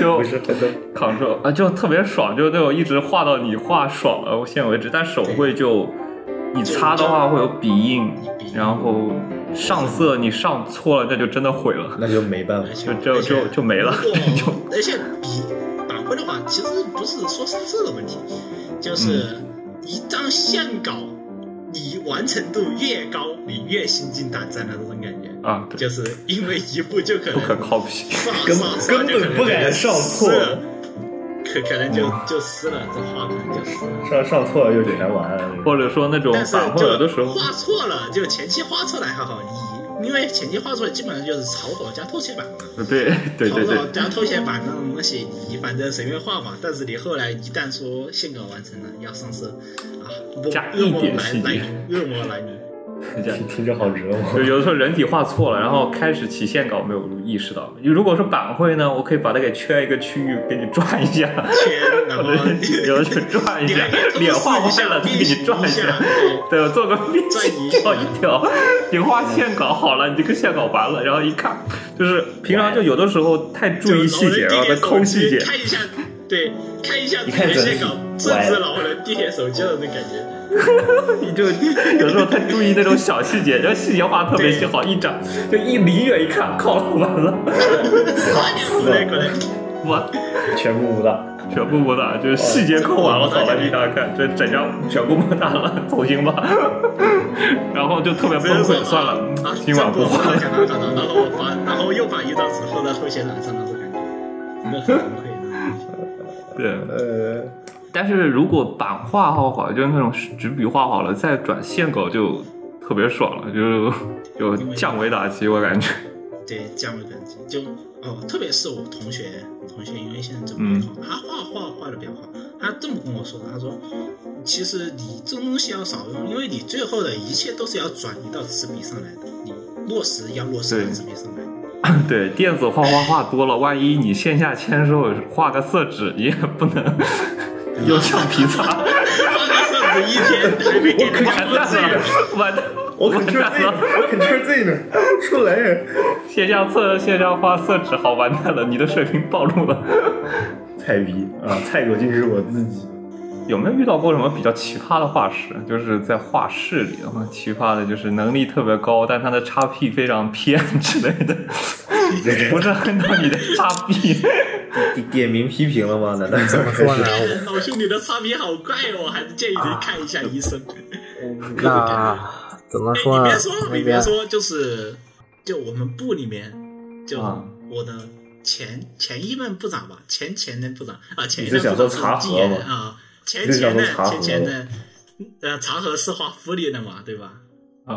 [SPEAKER 3] 就
[SPEAKER 2] 不是很懂。
[SPEAKER 3] Ctrl 啊，就特别爽，就那种一直画到你画爽了线为止。但手绘就你擦的话会有笔印，然后上色你上错了，那就真的毁了，
[SPEAKER 2] 那就没办法
[SPEAKER 4] 而。且
[SPEAKER 3] 就就就就没 了，就。
[SPEAKER 4] 我而且比板绘的话，其实不是说上色的问题，就是一张线稿，你完成度越高，你越心惊胆战的这种感觉，
[SPEAKER 3] 啊，对，
[SPEAKER 4] 就是因为一步就可
[SPEAKER 3] 不
[SPEAKER 4] 能
[SPEAKER 3] 可 copy。
[SPEAKER 4] 刷
[SPEAKER 2] 根
[SPEAKER 4] 刷刷
[SPEAKER 2] 根
[SPEAKER 4] 就可
[SPEAKER 2] 本
[SPEAKER 4] 能
[SPEAKER 2] 不敢上错
[SPEAKER 4] 撕了可可能就就撕了，这画可能就撕了。
[SPEAKER 2] 上上错了又全完了。
[SPEAKER 3] 或者说那种
[SPEAKER 4] 但是
[SPEAKER 3] 板绘，
[SPEAKER 4] 就
[SPEAKER 3] 有的时候
[SPEAKER 4] 画错了，就前期画错了还好，你因为前期画错了基本上就是草稿加偷写板嘛。
[SPEAKER 3] 呃对 对对对
[SPEAKER 4] 淘宝加偷写板那种东西，你反正随便画嘛。但是你后来一旦说线稿完成了，要上色啊，我
[SPEAKER 3] 加
[SPEAKER 4] 恶魔
[SPEAKER 3] 一点
[SPEAKER 4] 来
[SPEAKER 3] 细节
[SPEAKER 4] 来你，恶魔来你，
[SPEAKER 3] 是这样
[SPEAKER 2] 听。听着好折
[SPEAKER 3] 就
[SPEAKER 2] 磨。
[SPEAKER 3] 有的时候人体画错了，然后开始起线稿没有意识到。如果是板绘呢，我可以把它给圈一个区域，给你转一下，
[SPEAKER 4] 圈， 然后
[SPEAKER 3] 有的时候转一
[SPEAKER 4] 你
[SPEAKER 3] 下
[SPEAKER 4] 还可以，偷
[SPEAKER 3] 脸画
[SPEAKER 4] 一
[SPEAKER 3] 歪
[SPEAKER 4] 下，
[SPEAKER 3] 了，再
[SPEAKER 4] 变
[SPEAKER 3] 给
[SPEAKER 4] 形
[SPEAKER 3] 你转
[SPEAKER 4] 一
[SPEAKER 3] 下
[SPEAKER 4] 下，，对
[SPEAKER 3] 对，做个变形跳
[SPEAKER 4] 转
[SPEAKER 3] 一
[SPEAKER 4] 移一下
[SPEAKER 3] 跳。你画线稿好了，你这个线稿完了，然后一看，就是平常就有的时候太注意细节，
[SPEAKER 4] 就老 人递
[SPEAKER 3] 然后
[SPEAKER 4] 给
[SPEAKER 3] 再抠细
[SPEAKER 4] 手
[SPEAKER 3] 节
[SPEAKER 4] 机，看一下，对，看一下自
[SPEAKER 2] 一
[SPEAKER 4] 己
[SPEAKER 2] 看
[SPEAKER 4] 的
[SPEAKER 2] 真
[SPEAKER 4] 线
[SPEAKER 2] 是
[SPEAKER 4] 稿，
[SPEAKER 2] 歪
[SPEAKER 4] 甚至
[SPEAKER 2] 了
[SPEAKER 4] 老人递给手机的那种感觉。
[SPEAKER 3] 你 就有时候太注意那种小细节，然后细节画得特别细好，一长就一离远一看，靠，完了，
[SPEAKER 4] 差点不对，可能
[SPEAKER 3] 完。
[SPEAKER 2] 全部武打，
[SPEAKER 3] 全部摸大，就是细节抠完了，扫完一大看，这整张全部摸大了，走心吧。 然后就特别崩溃，算了，
[SPEAKER 4] 啊，
[SPEAKER 3] 今晚不画了。
[SPEAKER 4] 讲到讲到，然后把然后又把一张纸放在拖鞋栏上那种感觉，那很崩溃。
[SPEAKER 3] 对，
[SPEAKER 2] 呃，
[SPEAKER 3] 但是如果版画画好，就是那种纸笔画好了，再转线稿就特别爽了，就有降维打击，我感觉。
[SPEAKER 4] 对，这样的感觉就哦，特别是我同学，我同学因为现在这
[SPEAKER 3] 嗯
[SPEAKER 4] 么好，他画画画的比较好，他这么跟我说的，他说，其实你这种东西要少用，因为你最后的一切都是要转移到纸笔上来的，你落实要落实到
[SPEAKER 3] 对
[SPEAKER 4] 纸笔上来。
[SPEAKER 3] 对，电子画画画多了，万一你线下签售画个色纸也 不能用橡皮擦，
[SPEAKER 4] 放在上纸一天还没给人家
[SPEAKER 3] 完
[SPEAKER 4] 过
[SPEAKER 3] 蛋
[SPEAKER 4] 这
[SPEAKER 3] 了
[SPEAKER 4] 个。，
[SPEAKER 3] 完蛋，
[SPEAKER 2] 我
[SPEAKER 3] 完
[SPEAKER 2] Ctrl
[SPEAKER 3] 蛋
[SPEAKER 2] Z，
[SPEAKER 3] 了。
[SPEAKER 2] 我 Ctrl Z 呢，出来人
[SPEAKER 3] 线下测线下画色纸好完蛋了，你的水平暴露了。
[SPEAKER 2] 菜逼啊！菜狗竟是我自己。
[SPEAKER 3] 有没有遇到过什么比较奇葩的画师？就是在画室里的话，奇葩的就是能力特别高，但他的叉 P 非常偏 之类的，不是很懂你的叉 P。
[SPEAKER 2] 点点名批评了吗？难道怎么
[SPEAKER 7] 说呢？
[SPEAKER 4] 老兄，你的差别好怪哦，还是建议您看一下医 生。
[SPEAKER 7] 那怎么
[SPEAKER 4] 哎，
[SPEAKER 7] 说
[SPEAKER 4] 你
[SPEAKER 7] 呢
[SPEAKER 2] 啊
[SPEAKER 4] 别说？，
[SPEAKER 7] 那
[SPEAKER 4] 你别
[SPEAKER 7] 边
[SPEAKER 4] 说，就是就我们部里面，就
[SPEAKER 3] 啊
[SPEAKER 4] 我的前前一任部长吧，前前任部长啊，前一
[SPEAKER 2] 你
[SPEAKER 4] 任
[SPEAKER 2] 是想
[SPEAKER 4] 部长
[SPEAKER 2] 说茶
[SPEAKER 4] 是
[SPEAKER 2] 盒
[SPEAKER 4] 纪言
[SPEAKER 2] 吗
[SPEAKER 4] 啊，前
[SPEAKER 2] 你是想
[SPEAKER 4] 前
[SPEAKER 2] 说
[SPEAKER 4] 任
[SPEAKER 2] 茶盒
[SPEAKER 4] 前前任，呃，茶盒是画福利的嘛，对吧？
[SPEAKER 3] 啊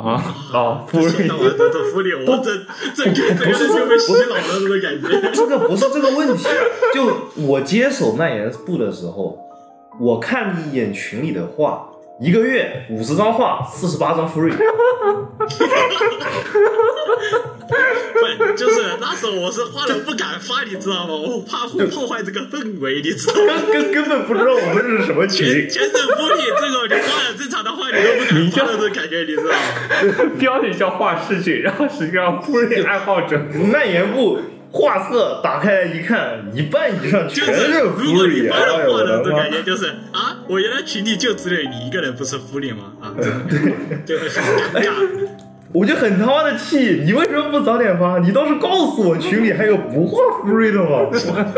[SPEAKER 3] 哦，不是
[SPEAKER 4] 那我的的福利，我这这这整个人就被洗脑了，这种感觉。
[SPEAKER 2] 这个不是这个问题。啊就我接手蔓延部的时候，我看了一眼群里的画，一个月五十张画，四十八张 free。
[SPEAKER 4] 不就是那时候我是花了不敢发，你知道吗？我怕会破坏这个氛围，你知道吗？
[SPEAKER 2] 根根本不知道我们这是什么群
[SPEAKER 4] 全，全省玻璃这种，你发了正常的话，你都不敢发的这种感觉，你知道吗？
[SPEAKER 3] 标题叫画室剧，然后实际上不是爱好者。
[SPEAKER 2] 蔓延部画册打开来一看，一半以上
[SPEAKER 4] 就
[SPEAKER 2] 全
[SPEAKER 4] 是
[SPEAKER 2] 是
[SPEAKER 4] 如
[SPEAKER 2] 腐
[SPEAKER 4] 果你
[SPEAKER 2] 女，
[SPEAKER 4] 发
[SPEAKER 2] 哎
[SPEAKER 4] 了话
[SPEAKER 2] 呦我
[SPEAKER 4] 的
[SPEAKER 2] 的
[SPEAKER 4] 这种
[SPEAKER 2] 妈
[SPEAKER 4] 感！觉就是啊，我原来群里就只有你一个人不是福利吗？啊，这种感觉就会很尴尬。
[SPEAKER 2] 我就很他妈的气，你为什么不早点发？你倒是告诉我群里还有不画福瑞的 吗？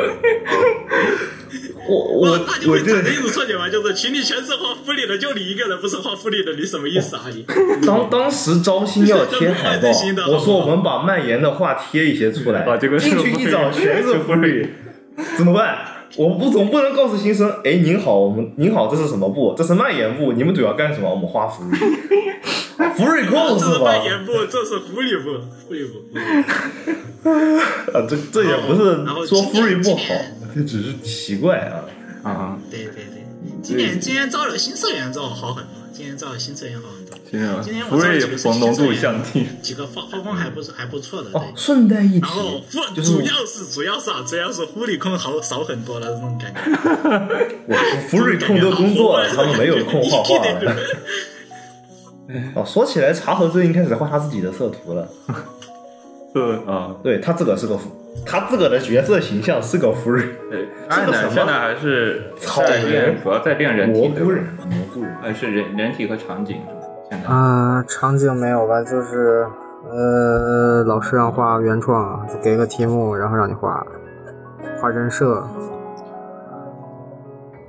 [SPEAKER 2] 我 我
[SPEAKER 4] 哇那就
[SPEAKER 2] 我
[SPEAKER 4] 会
[SPEAKER 2] 这
[SPEAKER 4] 产生一种错觉嘛，就是群里全是画福利的，就你一个人不是画福利的，你什么意思啊你？
[SPEAKER 2] 当当时招新要贴海报
[SPEAKER 4] 这是真不爱最新的，好不
[SPEAKER 2] 我
[SPEAKER 4] 好
[SPEAKER 2] 说我们把蔓延的话贴一些出来，
[SPEAKER 3] 啊这个是
[SPEAKER 2] 进去一 找全是腐女，怎么办？我们不总不能告诉新生，哎，您好，我们您好，这是什么部？这是蔓延部，你们主要干什么？我们画福 瑞，福瑞控
[SPEAKER 4] 啊这
[SPEAKER 2] 哦是
[SPEAKER 4] 是
[SPEAKER 2] 吧？
[SPEAKER 4] 扮演部，这是福利部，福利部。
[SPEAKER 2] 啊，这这也不是
[SPEAKER 4] 然后
[SPEAKER 2] 说
[SPEAKER 4] 今
[SPEAKER 2] 福瑞
[SPEAKER 4] 年
[SPEAKER 2] 不好
[SPEAKER 4] 今年，
[SPEAKER 2] 这只是奇怪啊。
[SPEAKER 3] 啊，
[SPEAKER 4] 对对对，今年今年招了新社员之后好很多，今年招了新社员好很多，
[SPEAKER 3] 今
[SPEAKER 4] 今
[SPEAKER 3] 天
[SPEAKER 4] 天
[SPEAKER 3] 福
[SPEAKER 4] 我
[SPEAKER 3] 瑞
[SPEAKER 4] 这个
[SPEAKER 3] 黄浓度降低，
[SPEAKER 4] 几个画画风还不是还不错的，对。
[SPEAKER 2] 哦，顺带一
[SPEAKER 4] 然后
[SPEAKER 2] 提，
[SPEAKER 4] 不，
[SPEAKER 2] 就是
[SPEAKER 4] 主要是主要是啊，主要是狐狸控好少很多了，这种感觉。
[SPEAKER 2] 我福瑞控都工作了，他们没有空画画了。 哦，说起来，茶盒最近开始画他自己的色图了。
[SPEAKER 3] 呃啊，
[SPEAKER 2] 对他自个是个福，他自个的角色形象是个福瑞，
[SPEAKER 3] 对，爱奶哎现在还是
[SPEAKER 2] 草
[SPEAKER 3] 在练，
[SPEAKER 2] 人
[SPEAKER 3] 主要在练人
[SPEAKER 2] 蘑
[SPEAKER 3] 体，
[SPEAKER 2] 菇人，啊蘑菇人。
[SPEAKER 3] 还是人人体和场景是吧？现在
[SPEAKER 7] 嗯、场景没有吧，就是呃，老师让画原创，啊就给个题目，然后让你画画人设。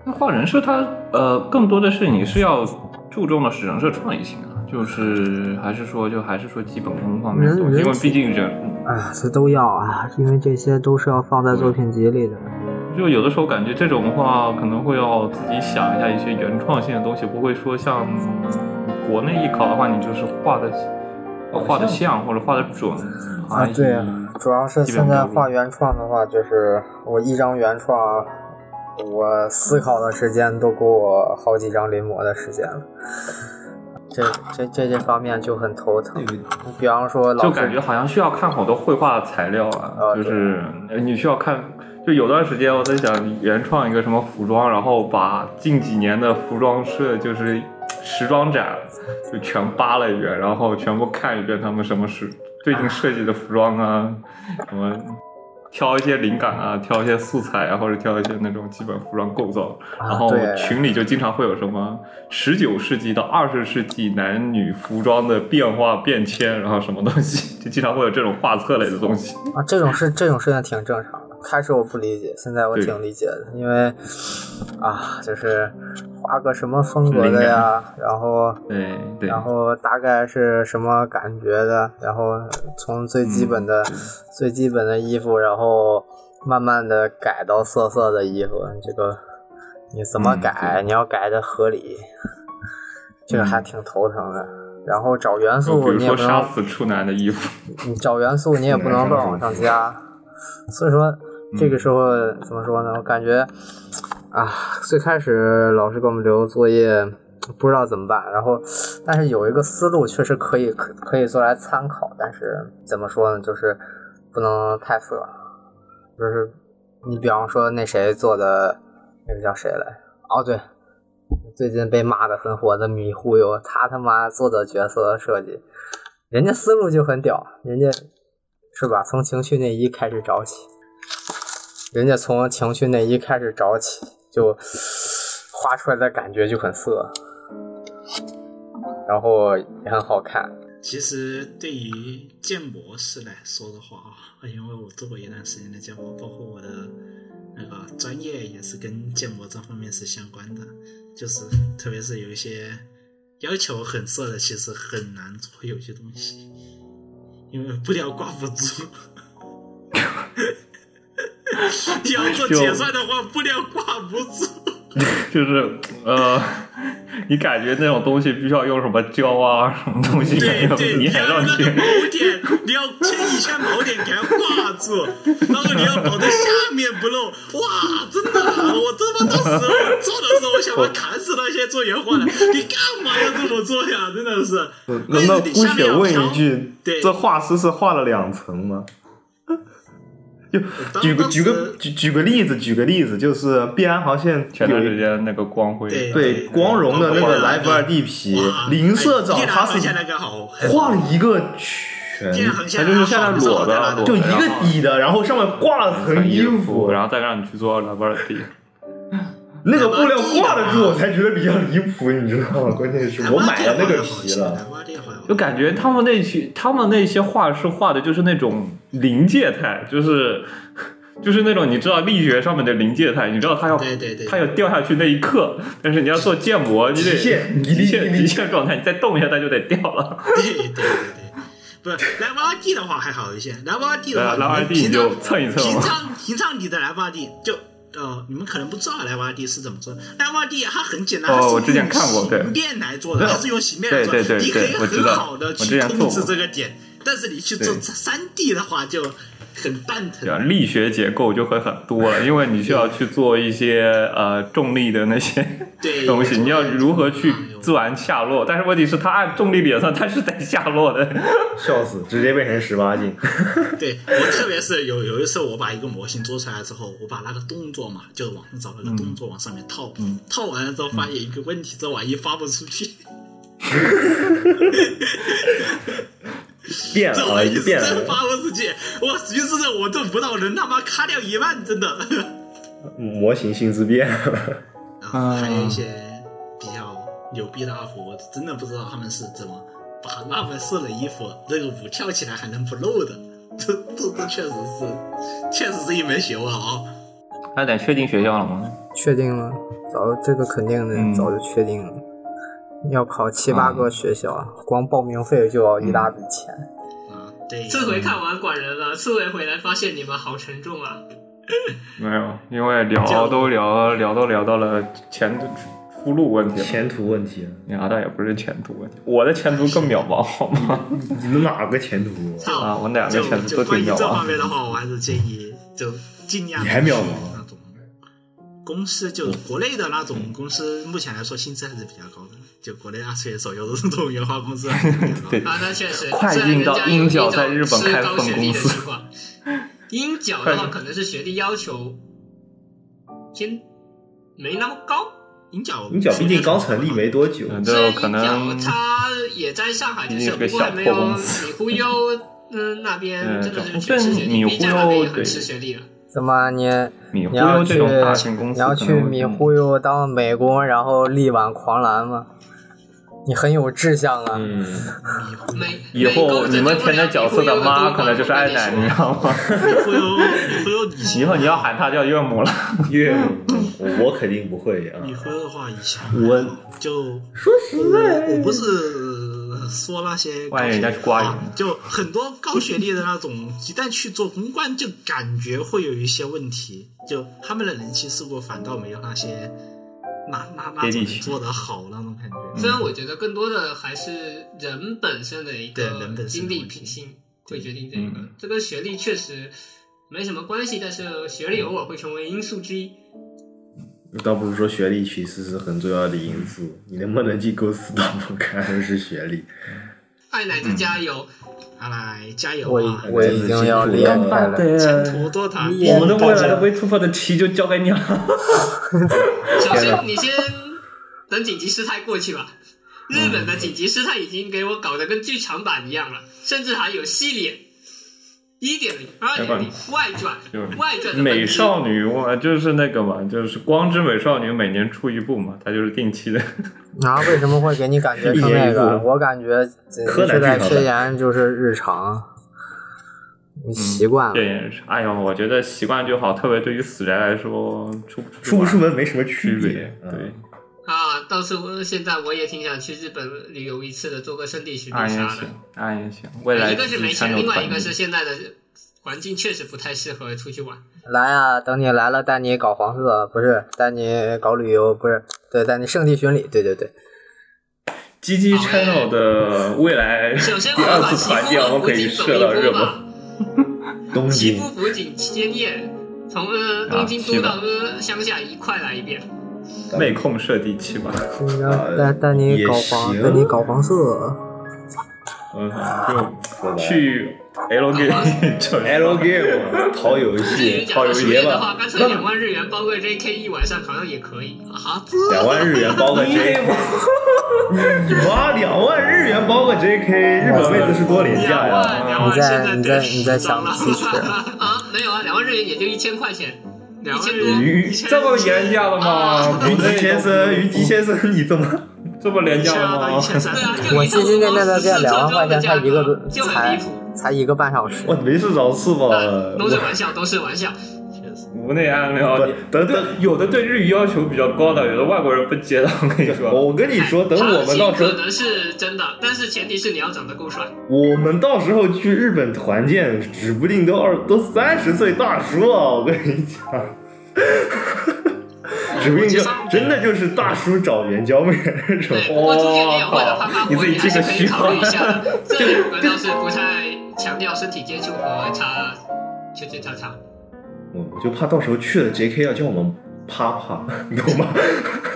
[SPEAKER 3] 那画人设它呃，更多的是你是要注重的是人设创意性啊，就是还是说就还是说基本功方面的东
[SPEAKER 7] 人
[SPEAKER 3] 西，
[SPEAKER 7] 人
[SPEAKER 3] 因为毕竟人
[SPEAKER 2] 嗯
[SPEAKER 7] 哎，这都要啊，因为这些都是要放在作品集里的。
[SPEAKER 3] 嗯就有的时候感觉这种的话可能会要自己想一下一些原创性的东西，不会说像国内艺考的话，你就是画的画的像或者画的准
[SPEAKER 4] 嗯
[SPEAKER 7] 啊，对啊，主要是
[SPEAKER 3] 嗯基本
[SPEAKER 7] 现在
[SPEAKER 3] 没有
[SPEAKER 7] 画原创的话，就是我一张原创，我思考的时间都够我好几张临摹的时间了。这这这这方面就很头疼，比方说老
[SPEAKER 3] 就
[SPEAKER 7] 师
[SPEAKER 3] 感觉好像需要看好多绘画材料啊，
[SPEAKER 7] 啊
[SPEAKER 3] 就是呃你需要看。就有段时间我在想原创一个什么服装，然后把近几年的服装设就是时装展就全扒了一遍，然后全部看一遍他们什么是最近设计的服装啊，什么挑一些灵感啊，挑一些素材啊，或者挑一些那种基本服装构造，
[SPEAKER 7] 啊
[SPEAKER 3] 然后
[SPEAKER 7] 对
[SPEAKER 3] 群里就经常会有什么十九世纪到二十世纪男女服装的变化变迁，然后什么东西， 就经常会有这种画册类的东西。
[SPEAKER 7] 啊，这种事这种事情挺正常的。开始我不理解，现在我
[SPEAKER 3] 对
[SPEAKER 7] 挺理解的，因为啊，就是画个什么风格的呀，然后
[SPEAKER 3] 对对，
[SPEAKER 7] 然后大概是什么感觉的，然后从最基本
[SPEAKER 3] 嗯
[SPEAKER 7] 的、最基本的衣服，然后慢慢的改到色色的衣服，这个你怎么
[SPEAKER 3] 嗯
[SPEAKER 7] 改？你要改的合理，这个还挺头疼的。然后找元
[SPEAKER 3] 嗯就
[SPEAKER 7] 素，
[SPEAKER 3] 比如
[SPEAKER 7] 你也
[SPEAKER 3] 说
[SPEAKER 7] 不
[SPEAKER 3] 杀
[SPEAKER 7] 能
[SPEAKER 3] 死处男的衣服，
[SPEAKER 7] 你找元素你也不能乱往上加，所以说这个时候怎么说呢？我感觉啊，最开始老师给我们留作业不知道怎么办，然后但是有一个思路确实可以可可以做来参考，但是怎么说呢，就是不能太色，就是你比方说那谁做的那个叫谁来？哦对。最近被骂的很火的米忽悠，他他妈做的角色设计，人家思路就很屌，人家是吧？从情趣内衣开始找起，人家从情趣内衣开始找起，就画出来的感觉就很色，然后也很好看。
[SPEAKER 4] 其实对于建模师来说的话啊，因为我做过一段时间的建模，包括我的那个专业也是跟建模这方面是相关的，就是特别是有一些要求很色的，其实很难做有些东西，因为布料挂不住。 你要做结算的话，布料挂不住。
[SPEAKER 3] 就是呃， 你感觉那种东西必须要用什么胶啊，什么东西
[SPEAKER 4] 对
[SPEAKER 3] 用，
[SPEAKER 4] 对，
[SPEAKER 3] 你很
[SPEAKER 4] 要
[SPEAKER 3] 让
[SPEAKER 4] 用
[SPEAKER 3] 你
[SPEAKER 4] 那个锚点，你要牵一圈锚点给它挂住，然后你要保在下面不漏。哇，真的啊，我他妈当时我做的时候，我想要砍死那些做原画的，你干嘛要这么做呀？真的是。
[SPEAKER 2] 那那姑且问一句
[SPEAKER 4] 对，
[SPEAKER 2] 这画师是画了两层吗？就
[SPEAKER 4] 当
[SPEAKER 2] 举个
[SPEAKER 4] 当
[SPEAKER 2] 举个
[SPEAKER 4] 时
[SPEAKER 2] 举举个例子，举个例子，就是碧安航线
[SPEAKER 3] 前段时
[SPEAKER 2] 有
[SPEAKER 3] 间那个光辉，
[SPEAKER 4] 对哎
[SPEAKER 2] 对光荣的
[SPEAKER 4] 光
[SPEAKER 2] 那个
[SPEAKER 4] 荣的
[SPEAKER 2] 莱弗尔地皮，林社长他是
[SPEAKER 4] 现那个好，
[SPEAKER 2] 画了一个全，
[SPEAKER 4] 电横线
[SPEAKER 3] 它就是下来裸的，啊裸
[SPEAKER 2] 就一个底的，然后上面挂了层
[SPEAKER 3] 层
[SPEAKER 2] 衣
[SPEAKER 3] 服，
[SPEAKER 2] 服，
[SPEAKER 3] 然后再让你去做 l a b o r a t o
[SPEAKER 2] 那个布料挂得住，我才觉得比较离谱，你知道吗？关键是我买了那个皮了，
[SPEAKER 3] 就感觉他们那些他们那些画是画的就是那种临界态，就是就是那种你知道力学上面的临界态，你知道它要
[SPEAKER 4] 对对对
[SPEAKER 3] 它要掉下去那一刻，但是你要做建模，你得
[SPEAKER 2] 极限
[SPEAKER 3] 极
[SPEAKER 2] 一
[SPEAKER 3] 限
[SPEAKER 2] 粒一粒
[SPEAKER 3] 极限状态，你再动一下它就得掉了。
[SPEAKER 4] 对对对对，不是莱瓦蒂的话还好一些，莱瓦蒂的话，
[SPEAKER 3] 呃，拉完
[SPEAKER 4] 你
[SPEAKER 3] 地你
[SPEAKER 4] 们平常
[SPEAKER 3] 就蹭一蹭
[SPEAKER 4] 平
[SPEAKER 3] 嘛。
[SPEAKER 4] 常平常你的莱瓦蒂就。呃，你们可能不知道莱瓦蒂是怎么做的。莱瓦蒂它很简单，
[SPEAKER 3] 哦
[SPEAKER 4] 它是
[SPEAKER 3] 我之前看过对
[SPEAKER 4] 用形变来做的，
[SPEAKER 3] 对
[SPEAKER 4] 它是用形变来做的。
[SPEAKER 3] 对对对
[SPEAKER 4] 你可以
[SPEAKER 3] 对我知
[SPEAKER 4] 很
[SPEAKER 3] 道
[SPEAKER 4] 好的
[SPEAKER 3] 我
[SPEAKER 4] 去
[SPEAKER 3] 之前做
[SPEAKER 4] 控制
[SPEAKER 3] 过
[SPEAKER 4] 这个点，但是你去做
[SPEAKER 3] 对
[SPEAKER 4] 三 D 的话就很蛋疼
[SPEAKER 3] 对。啊，力学结构就会很多了，因为你需要去做一些呃重力的那些
[SPEAKER 4] 对
[SPEAKER 3] 东西，你要如何去自
[SPEAKER 4] 做？啊
[SPEAKER 3] 然下落？但是问题是，它按重力理论上它是得下落的。
[SPEAKER 2] 笑死，直接变成十八禁。
[SPEAKER 4] 对我特别是有有一次，我把一个模型做出来之后，我把那个动作嘛，就网上找那个动作往上面套，
[SPEAKER 3] 嗯
[SPEAKER 4] 套完了之后发现一个问题，这玩意发不出去，
[SPEAKER 2] 变
[SPEAKER 4] 这
[SPEAKER 2] 了啊，
[SPEAKER 4] 玩
[SPEAKER 2] 已
[SPEAKER 4] 意
[SPEAKER 2] 经
[SPEAKER 4] 是
[SPEAKER 2] 变
[SPEAKER 4] 真
[SPEAKER 2] 了。
[SPEAKER 4] 发不出去。我于是呢，我这不到能他妈卡掉一万，真的。
[SPEAKER 2] 模型性质变了，
[SPEAKER 4] 然后还有一些比较牛逼的 UP，我真的不知道他们是怎么把那么色的衣服那个舞跳起来还能不漏的，这这这确实是，确实是一门学问啊、
[SPEAKER 3] 他得确定学校了吗？
[SPEAKER 7] 确定了，早这个肯定的，
[SPEAKER 3] 嗯
[SPEAKER 7] 早就确定了。要考七八个学校，光报名费就要一大笔钱。
[SPEAKER 4] 啊，对，
[SPEAKER 6] 这回看完管人了，刺猬回来发现你们好沉重啊！
[SPEAKER 3] 没有，因为聊都聊聊都聊到了前途出路问题了。
[SPEAKER 2] 前途问题了。
[SPEAKER 3] 你拿到也不是前途问题，我的前途更渺茫，好吗？
[SPEAKER 2] 你们哪个前途？
[SPEAKER 4] 操
[SPEAKER 3] 啊我两个
[SPEAKER 4] 就
[SPEAKER 3] 选择
[SPEAKER 4] 就
[SPEAKER 3] 都
[SPEAKER 4] 关于
[SPEAKER 3] 挺
[SPEAKER 4] 这
[SPEAKER 3] 渺茫
[SPEAKER 4] 方面的话，我还是建议就尽量
[SPEAKER 2] 你还渺嗯茫啊
[SPEAKER 4] 去那种公司，就国内的那种公司，目前来说薪资还是比较高的，就国内二次元手游的这种原画公司还是比较高的。
[SPEAKER 6] 啊，那确实，
[SPEAKER 3] 快进到
[SPEAKER 6] 鹰
[SPEAKER 3] 鹰角在日本开分公司。
[SPEAKER 6] 鹰角的话，可能是学历要求偏没那么高。
[SPEAKER 4] 银角，
[SPEAKER 2] 你脚毕竟刚成立没多久，
[SPEAKER 3] 嗯，
[SPEAKER 6] 虽
[SPEAKER 3] 就
[SPEAKER 6] 然
[SPEAKER 3] 可
[SPEAKER 6] 鹰
[SPEAKER 3] 能
[SPEAKER 6] 角它也在上海
[SPEAKER 3] 毕
[SPEAKER 6] 建设，
[SPEAKER 3] 竟是
[SPEAKER 6] 不
[SPEAKER 3] 个
[SPEAKER 6] 过还
[SPEAKER 3] 小
[SPEAKER 6] 没
[SPEAKER 3] 破
[SPEAKER 6] 有
[SPEAKER 3] 公司
[SPEAKER 6] 米忽悠嗯那边
[SPEAKER 3] 嗯
[SPEAKER 6] 真的是
[SPEAKER 3] 小
[SPEAKER 6] 全吃学
[SPEAKER 3] 米
[SPEAKER 6] 历
[SPEAKER 3] 忽
[SPEAKER 6] ，B 站那边也
[SPEAKER 3] 悠
[SPEAKER 6] 很
[SPEAKER 3] 对
[SPEAKER 6] 吃学历了。
[SPEAKER 7] 怎么你
[SPEAKER 3] 米忽
[SPEAKER 7] 你要
[SPEAKER 3] 悠这
[SPEAKER 7] 去
[SPEAKER 3] 种大型公
[SPEAKER 7] 你
[SPEAKER 3] 司，
[SPEAKER 7] 要去米忽悠当美工，然后力挽狂澜吗？你很有志向啊！
[SPEAKER 2] 嗯，
[SPEAKER 6] 美
[SPEAKER 3] 以后你们填
[SPEAKER 6] 的
[SPEAKER 3] 的角色的妈可能就是爱奶，你知道吗？
[SPEAKER 4] 你忽悠你忽悠以前
[SPEAKER 3] 以后你要喊她叫岳母了。
[SPEAKER 2] 岳母，我肯定不会啊。
[SPEAKER 4] 你忽悠的话，以前
[SPEAKER 2] 我
[SPEAKER 4] 就说实在，我不是说那些高学历
[SPEAKER 3] 万一人家去刮
[SPEAKER 4] 啊
[SPEAKER 3] 你呢
[SPEAKER 4] 就很多高学历的那种，一旦去做公关，就感觉会有一些问题，就他们的人气似乎反倒没有那些那那那种
[SPEAKER 3] 接地
[SPEAKER 4] 人
[SPEAKER 3] 气嗯
[SPEAKER 4] 做的好那种感觉。
[SPEAKER 6] 虽然我觉得更多的还是人本身的一
[SPEAKER 4] 对人
[SPEAKER 6] 个
[SPEAKER 4] 本身的
[SPEAKER 6] 经历
[SPEAKER 4] 问题
[SPEAKER 6] 品性会决定这个
[SPEAKER 3] 嗯，
[SPEAKER 6] 这跟学历确实没什么关系，但是学历偶尔会成为因素之一。
[SPEAKER 2] 倒不如说学历其实是很重要的因素，你能不能进公司倒不看是学历。
[SPEAKER 6] 爱奶子加油！
[SPEAKER 4] 阿来加油
[SPEAKER 7] 我
[SPEAKER 4] 啊！
[SPEAKER 7] 我已经要
[SPEAKER 2] 真
[SPEAKER 7] 离
[SPEAKER 2] 是辛苦
[SPEAKER 7] 开
[SPEAKER 2] 了
[SPEAKER 7] 了。
[SPEAKER 4] 前途多舛，
[SPEAKER 1] 我们的未来
[SPEAKER 4] 大
[SPEAKER 1] 的
[SPEAKER 4] 家
[SPEAKER 1] V t u b e 的题就交给你了。
[SPEAKER 6] 小心你先等紧急事态过去吧。日本的紧急事态已经给我搞得跟剧场版一样了，甚至还有系列。一点零、二点零、外传
[SPEAKER 3] 就是、
[SPEAKER 6] 外传的
[SPEAKER 3] 美
[SPEAKER 6] 本质
[SPEAKER 3] 少女，我就是那个嘛，就是《光之美少女》每年出一部嘛，它就是定期的。
[SPEAKER 7] 然后为什么会给你感觉
[SPEAKER 2] 一
[SPEAKER 7] 成
[SPEAKER 2] 言
[SPEAKER 7] 那
[SPEAKER 2] 一
[SPEAKER 7] 个？
[SPEAKER 2] 步
[SPEAKER 7] 我感觉简
[SPEAKER 2] 柯
[SPEAKER 7] 直
[SPEAKER 2] 南
[SPEAKER 7] 是在
[SPEAKER 2] 剧场
[SPEAKER 7] 宣
[SPEAKER 2] 版
[SPEAKER 7] 言就是日常，
[SPEAKER 2] 嗯
[SPEAKER 7] 你习惯
[SPEAKER 3] 这
[SPEAKER 7] 了。
[SPEAKER 3] 也是，哎呦，我觉得习惯就好，特别对于死宅来说，出不出
[SPEAKER 2] 出不出
[SPEAKER 3] 门
[SPEAKER 2] 门没什么区
[SPEAKER 3] 区
[SPEAKER 2] 别
[SPEAKER 3] 别，，
[SPEAKER 2] 嗯
[SPEAKER 3] 对。
[SPEAKER 6] 啊！倒是我现在我也挺想去日本旅游一次的，做个圣地巡
[SPEAKER 3] 按
[SPEAKER 6] 礼
[SPEAKER 3] 也
[SPEAKER 6] 啥
[SPEAKER 3] 行
[SPEAKER 6] 的。，啊
[SPEAKER 3] 按也行。哎未来
[SPEAKER 6] 一个是没
[SPEAKER 3] 参
[SPEAKER 6] 钱，
[SPEAKER 3] 谋
[SPEAKER 6] 另外
[SPEAKER 3] 团
[SPEAKER 6] 一个是现在的环境确实不太适合出去 玩。
[SPEAKER 7] 来啊，等你来了，带你搞黄色，不是带你搞旅游，不是对，带你圣地巡礼，对对对，
[SPEAKER 3] G G Channel 的未来
[SPEAKER 6] 哎 首先
[SPEAKER 3] 第
[SPEAKER 6] 我们
[SPEAKER 3] 二
[SPEAKER 6] 把
[SPEAKER 3] 次
[SPEAKER 6] 西
[SPEAKER 3] 团建，我
[SPEAKER 6] 夫
[SPEAKER 3] 们
[SPEAKER 6] 福
[SPEAKER 3] 可以
[SPEAKER 6] 井走
[SPEAKER 3] 射到
[SPEAKER 6] 一
[SPEAKER 3] 日
[SPEAKER 6] 波
[SPEAKER 3] 本。
[SPEAKER 6] 吧。
[SPEAKER 2] 东
[SPEAKER 6] 西
[SPEAKER 2] 京
[SPEAKER 6] 部福井期间夜，从呃东京都到呃乡下一块来一遍。
[SPEAKER 3] 内控设第七吧，
[SPEAKER 6] 呃
[SPEAKER 7] 你要带带你
[SPEAKER 2] 也
[SPEAKER 7] 搞黄，
[SPEAKER 2] 行
[SPEAKER 7] 带你搞黄色。
[SPEAKER 3] 嗯，就去 L G 就
[SPEAKER 2] L game 淘游
[SPEAKER 6] 至于
[SPEAKER 2] 戏，
[SPEAKER 6] 讲
[SPEAKER 2] 淘游
[SPEAKER 6] 到
[SPEAKER 2] 戏
[SPEAKER 6] 熟
[SPEAKER 2] 别
[SPEAKER 6] 练的话，
[SPEAKER 2] 吧，
[SPEAKER 6] 干脆两万日元包个 JK 一晚上好像也可以。啊，这
[SPEAKER 2] 两万日元包个 J，你妈两万日元包个 JK，日本妹子是多廉价
[SPEAKER 6] 两
[SPEAKER 2] 呀！
[SPEAKER 6] 万两万
[SPEAKER 7] 你在
[SPEAKER 6] 现在
[SPEAKER 7] 你在
[SPEAKER 6] 对
[SPEAKER 7] 你在
[SPEAKER 6] 爽了
[SPEAKER 7] 想吸血
[SPEAKER 6] 啊？没有啊，两万日元也就一千块钱，一千多，
[SPEAKER 3] 鱼
[SPEAKER 6] 一千
[SPEAKER 3] 这么廉价了吗？
[SPEAKER 6] 啊
[SPEAKER 2] 虞姬 先生，虞姬先生，你怎么？
[SPEAKER 3] 这么廉价了
[SPEAKER 8] 到一
[SPEAKER 3] 吗？
[SPEAKER 8] 千三
[SPEAKER 6] 对，啊，
[SPEAKER 7] 我心
[SPEAKER 6] 就一
[SPEAKER 7] 心念
[SPEAKER 6] 套
[SPEAKER 7] 念
[SPEAKER 6] 房
[SPEAKER 7] 的
[SPEAKER 6] 四
[SPEAKER 7] 店
[SPEAKER 6] 四
[SPEAKER 7] 两
[SPEAKER 6] 周
[SPEAKER 7] 万块
[SPEAKER 6] 的
[SPEAKER 7] 钱
[SPEAKER 6] 价
[SPEAKER 7] 才一个
[SPEAKER 6] 格
[SPEAKER 7] 多
[SPEAKER 6] 就很
[SPEAKER 7] 才
[SPEAKER 6] 离谱。
[SPEAKER 7] 才一个半小时
[SPEAKER 2] 哇，，你没事找事吧？
[SPEAKER 6] 呃都是
[SPEAKER 2] 我
[SPEAKER 6] 玩笑，都是玩笑。确实，
[SPEAKER 3] 无内暗聊，
[SPEAKER 2] 不
[SPEAKER 3] 你
[SPEAKER 2] 等
[SPEAKER 3] 对
[SPEAKER 2] 等，
[SPEAKER 3] 有的对日语要求比较高的，有的外国人不接的。我跟你说，
[SPEAKER 2] 我跟你说，等我们到时
[SPEAKER 6] 可，
[SPEAKER 2] 候
[SPEAKER 6] 能是真的，但是前提是你要长得够帅。
[SPEAKER 2] 我们到时候去日本团建，指不定都二都三十岁大叔啊！我跟你讲，指不定就真的就是大叔找援交妹那种。
[SPEAKER 6] 对，不过朱建也有会的啪啪
[SPEAKER 3] 你
[SPEAKER 6] 波，
[SPEAKER 3] 自己
[SPEAKER 6] 你还
[SPEAKER 3] 这
[SPEAKER 6] 是
[SPEAKER 3] 个
[SPEAKER 6] 可以
[SPEAKER 3] 虚
[SPEAKER 6] 考
[SPEAKER 3] 话
[SPEAKER 6] 虑一下 的。这两个倒是不太强调身体接触和擦圈圈擦擦。
[SPEAKER 2] 我我就怕到时候去了 J K 要叫我们啪啪，你懂吗？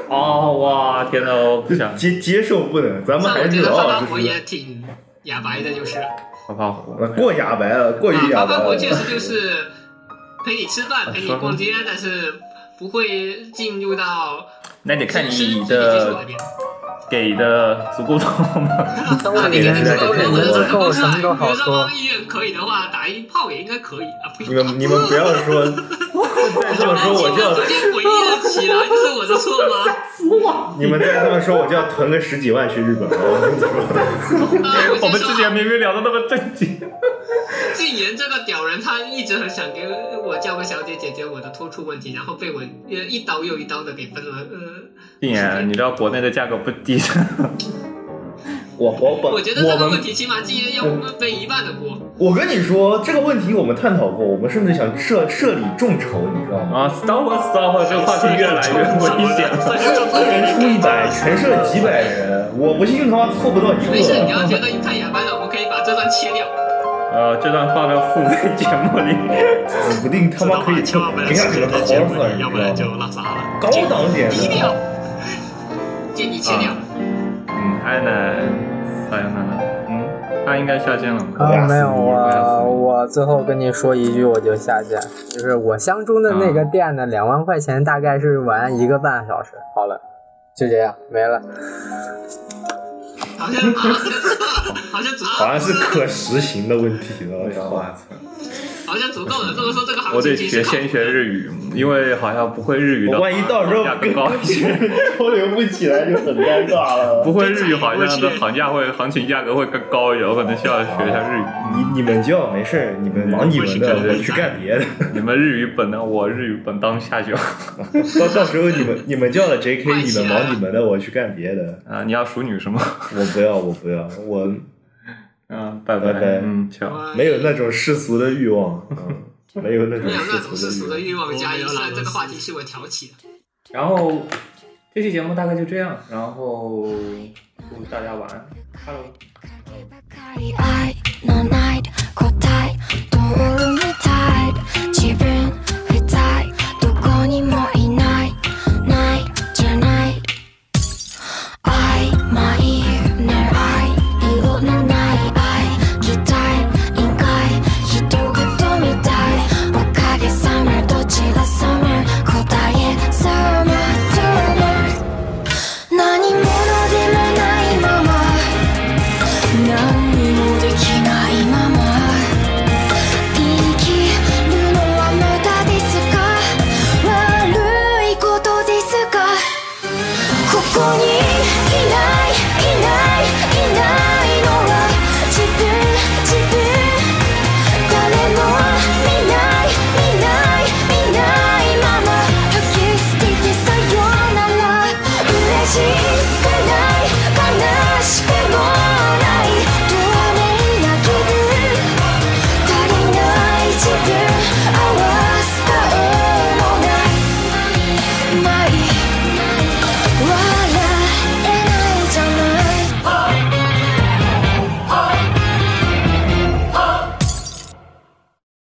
[SPEAKER 3] 哦哇，天哪，我不想，
[SPEAKER 2] 接接受不能，咱们
[SPEAKER 6] 那我
[SPEAKER 2] 还
[SPEAKER 6] 觉
[SPEAKER 2] 是
[SPEAKER 6] 得
[SPEAKER 3] 啊
[SPEAKER 2] 老
[SPEAKER 6] 啪
[SPEAKER 2] 老
[SPEAKER 6] 啪
[SPEAKER 2] 实
[SPEAKER 6] 波
[SPEAKER 2] 实
[SPEAKER 6] 也挺哑白的，就是啊，
[SPEAKER 3] 好吧，好吧
[SPEAKER 2] 的。过哑巴了，过于哑
[SPEAKER 6] 啪
[SPEAKER 2] 巴
[SPEAKER 6] 啪
[SPEAKER 2] 了
[SPEAKER 6] 波。确实就是陪你吃饭、陪你逛街，但是不会进入
[SPEAKER 3] 哦
[SPEAKER 6] 到
[SPEAKER 3] 那得看
[SPEAKER 6] 身体
[SPEAKER 3] 你
[SPEAKER 6] 接触
[SPEAKER 3] 的
[SPEAKER 6] 那边。
[SPEAKER 3] 给的足够多吗？
[SPEAKER 7] 但问题
[SPEAKER 2] 你
[SPEAKER 7] 是
[SPEAKER 2] 们
[SPEAKER 7] 这个
[SPEAKER 2] 你们
[SPEAKER 7] 人够什么都好说
[SPEAKER 6] 如果双方。意愿可以的话，打一炮也应该可以啊。 不
[SPEAKER 2] 你们你们不要 说，再这么说我就要
[SPEAKER 6] 昨天诡异了起来，是我的错吗？
[SPEAKER 2] 你们再这么说我就要囤个十几万去日本了。我跟你说。
[SPEAKER 6] 呃
[SPEAKER 3] 我们
[SPEAKER 6] 先
[SPEAKER 3] 之
[SPEAKER 6] 说
[SPEAKER 3] 前明明聊的那么正经，
[SPEAKER 6] 禁言这个屌人，他一直很想给我叫个小姐解决我的突出问题，然后被我呃一刀又一刀的给分了。呃，
[SPEAKER 3] 静言，你知道国内的价格不低的。
[SPEAKER 2] 我我本
[SPEAKER 6] 我觉得这个
[SPEAKER 2] 我
[SPEAKER 6] 问
[SPEAKER 2] 们
[SPEAKER 6] 题起码禁言要背一半的锅。
[SPEAKER 2] 我跟你说这个问题我们探讨过，我们甚至想设设立众筹，你知道 吗？
[SPEAKER 3] 啊，Star Wars Star Wars 这个话题越来越危险了。
[SPEAKER 2] 一人出一百，全社几百人，我不信他妈凑不到一
[SPEAKER 6] 没事，你要觉
[SPEAKER 2] 个。
[SPEAKER 6] 得太哑巴了，我们可以把这段切掉。
[SPEAKER 3] 呃，这段放到付费节目里。
[SPEAKER 2] 指不定他妈可以凑，你看可能 offer，
[SPEAKER 6] 要不然
[SPEAKER 2] 你知
[SPEAKER 6] 就
[SPEAKER 2] 道吗？
[SPEAKER 6] 拉撒了。
[SPEAKER 2] 高档点
[SPEAKER 6] 低调
[SPEAKER 2] 的，，
[SPEAKER 6] 建议切掉。
[SPEAKER 3] 嗯，爱奶，撒羊奶奶，嗯，他应该下线了吧？
[SPEAKER 7] 啊，没有
[SPEAKER 3] 我要死
[SPEAKER 7] 我，
[SPEAKER 3] 你
[SPEAKER 7] 我最后跟你说一句，我就下线。就是我相中的那个店的两万块钱，大概是玩一个半小时。好了，就这样没了。
[SPEAKER 6] 好像 好像好像足够，
[SPEAKER 2] 好像是可实行的问题了。我操！
[SPEAKER 6] 好像足够了。这么说，这个行
[SPEAKER 3] 我得
[SPEAKER 6] 情其
[SPEAKER 3] 学
[SPEAKER 6] 实好
[SPEAKER 3] 先学日语，因为好像不会日语的
[SPEAKER 2] 我
[SPEAKER 3] 话，
[SPEAKER 2] 万一到时候
[SPEAKER 3] 价更高一些。
[SPEAKER 2] 交流不起来就很尴尬了。
[SPEAKER 3] 不会日语好像的行价会行情价格会更高一点，我可能需要学一下日语。
[SPEAKER 2] 你你们就没事儿，你们忙你们的，我去干别的。
[SPEAKER 3] 你们日语本呢？我日语本当下去
[SPEAKER 2] 到到时候你们你们叫了 JK，
[SPEAKER 6] 快
[SPEAKER 2] 你
[SPEAKER 6] 起
[SPEAKER 2] 们
[SPEAKER 6] 来
[SPEAKER 2] 忙你们的，我去干别的。
[SPEAKER 3] 啊！你要熟女是吗？
[SPEAKER 2] 我不要，我不要，我
[SPEAKER 3] 嗯，拜
[SPEAKER 2] 拜拜
[SPEAKER 3] 嗯，巧。
[SPEAKER 2] 没有那种世俗的欲望， 嗯、没有那种
[SPEAKER 6] 没有那种世
[SPEAKER 2] 俗
[SPEAKER 6] 俗
[SPEAKER 2] 的
[SPEAKER 6] 的
[SPEAKER 2] 欲
[SPEAKER 6] 欲望加一算，这个话题是我挑起的。
[SPEAKER 3] 然后这期节目大概就这样，然后祝大家晚安，Hello。
[SPEAKER 5] I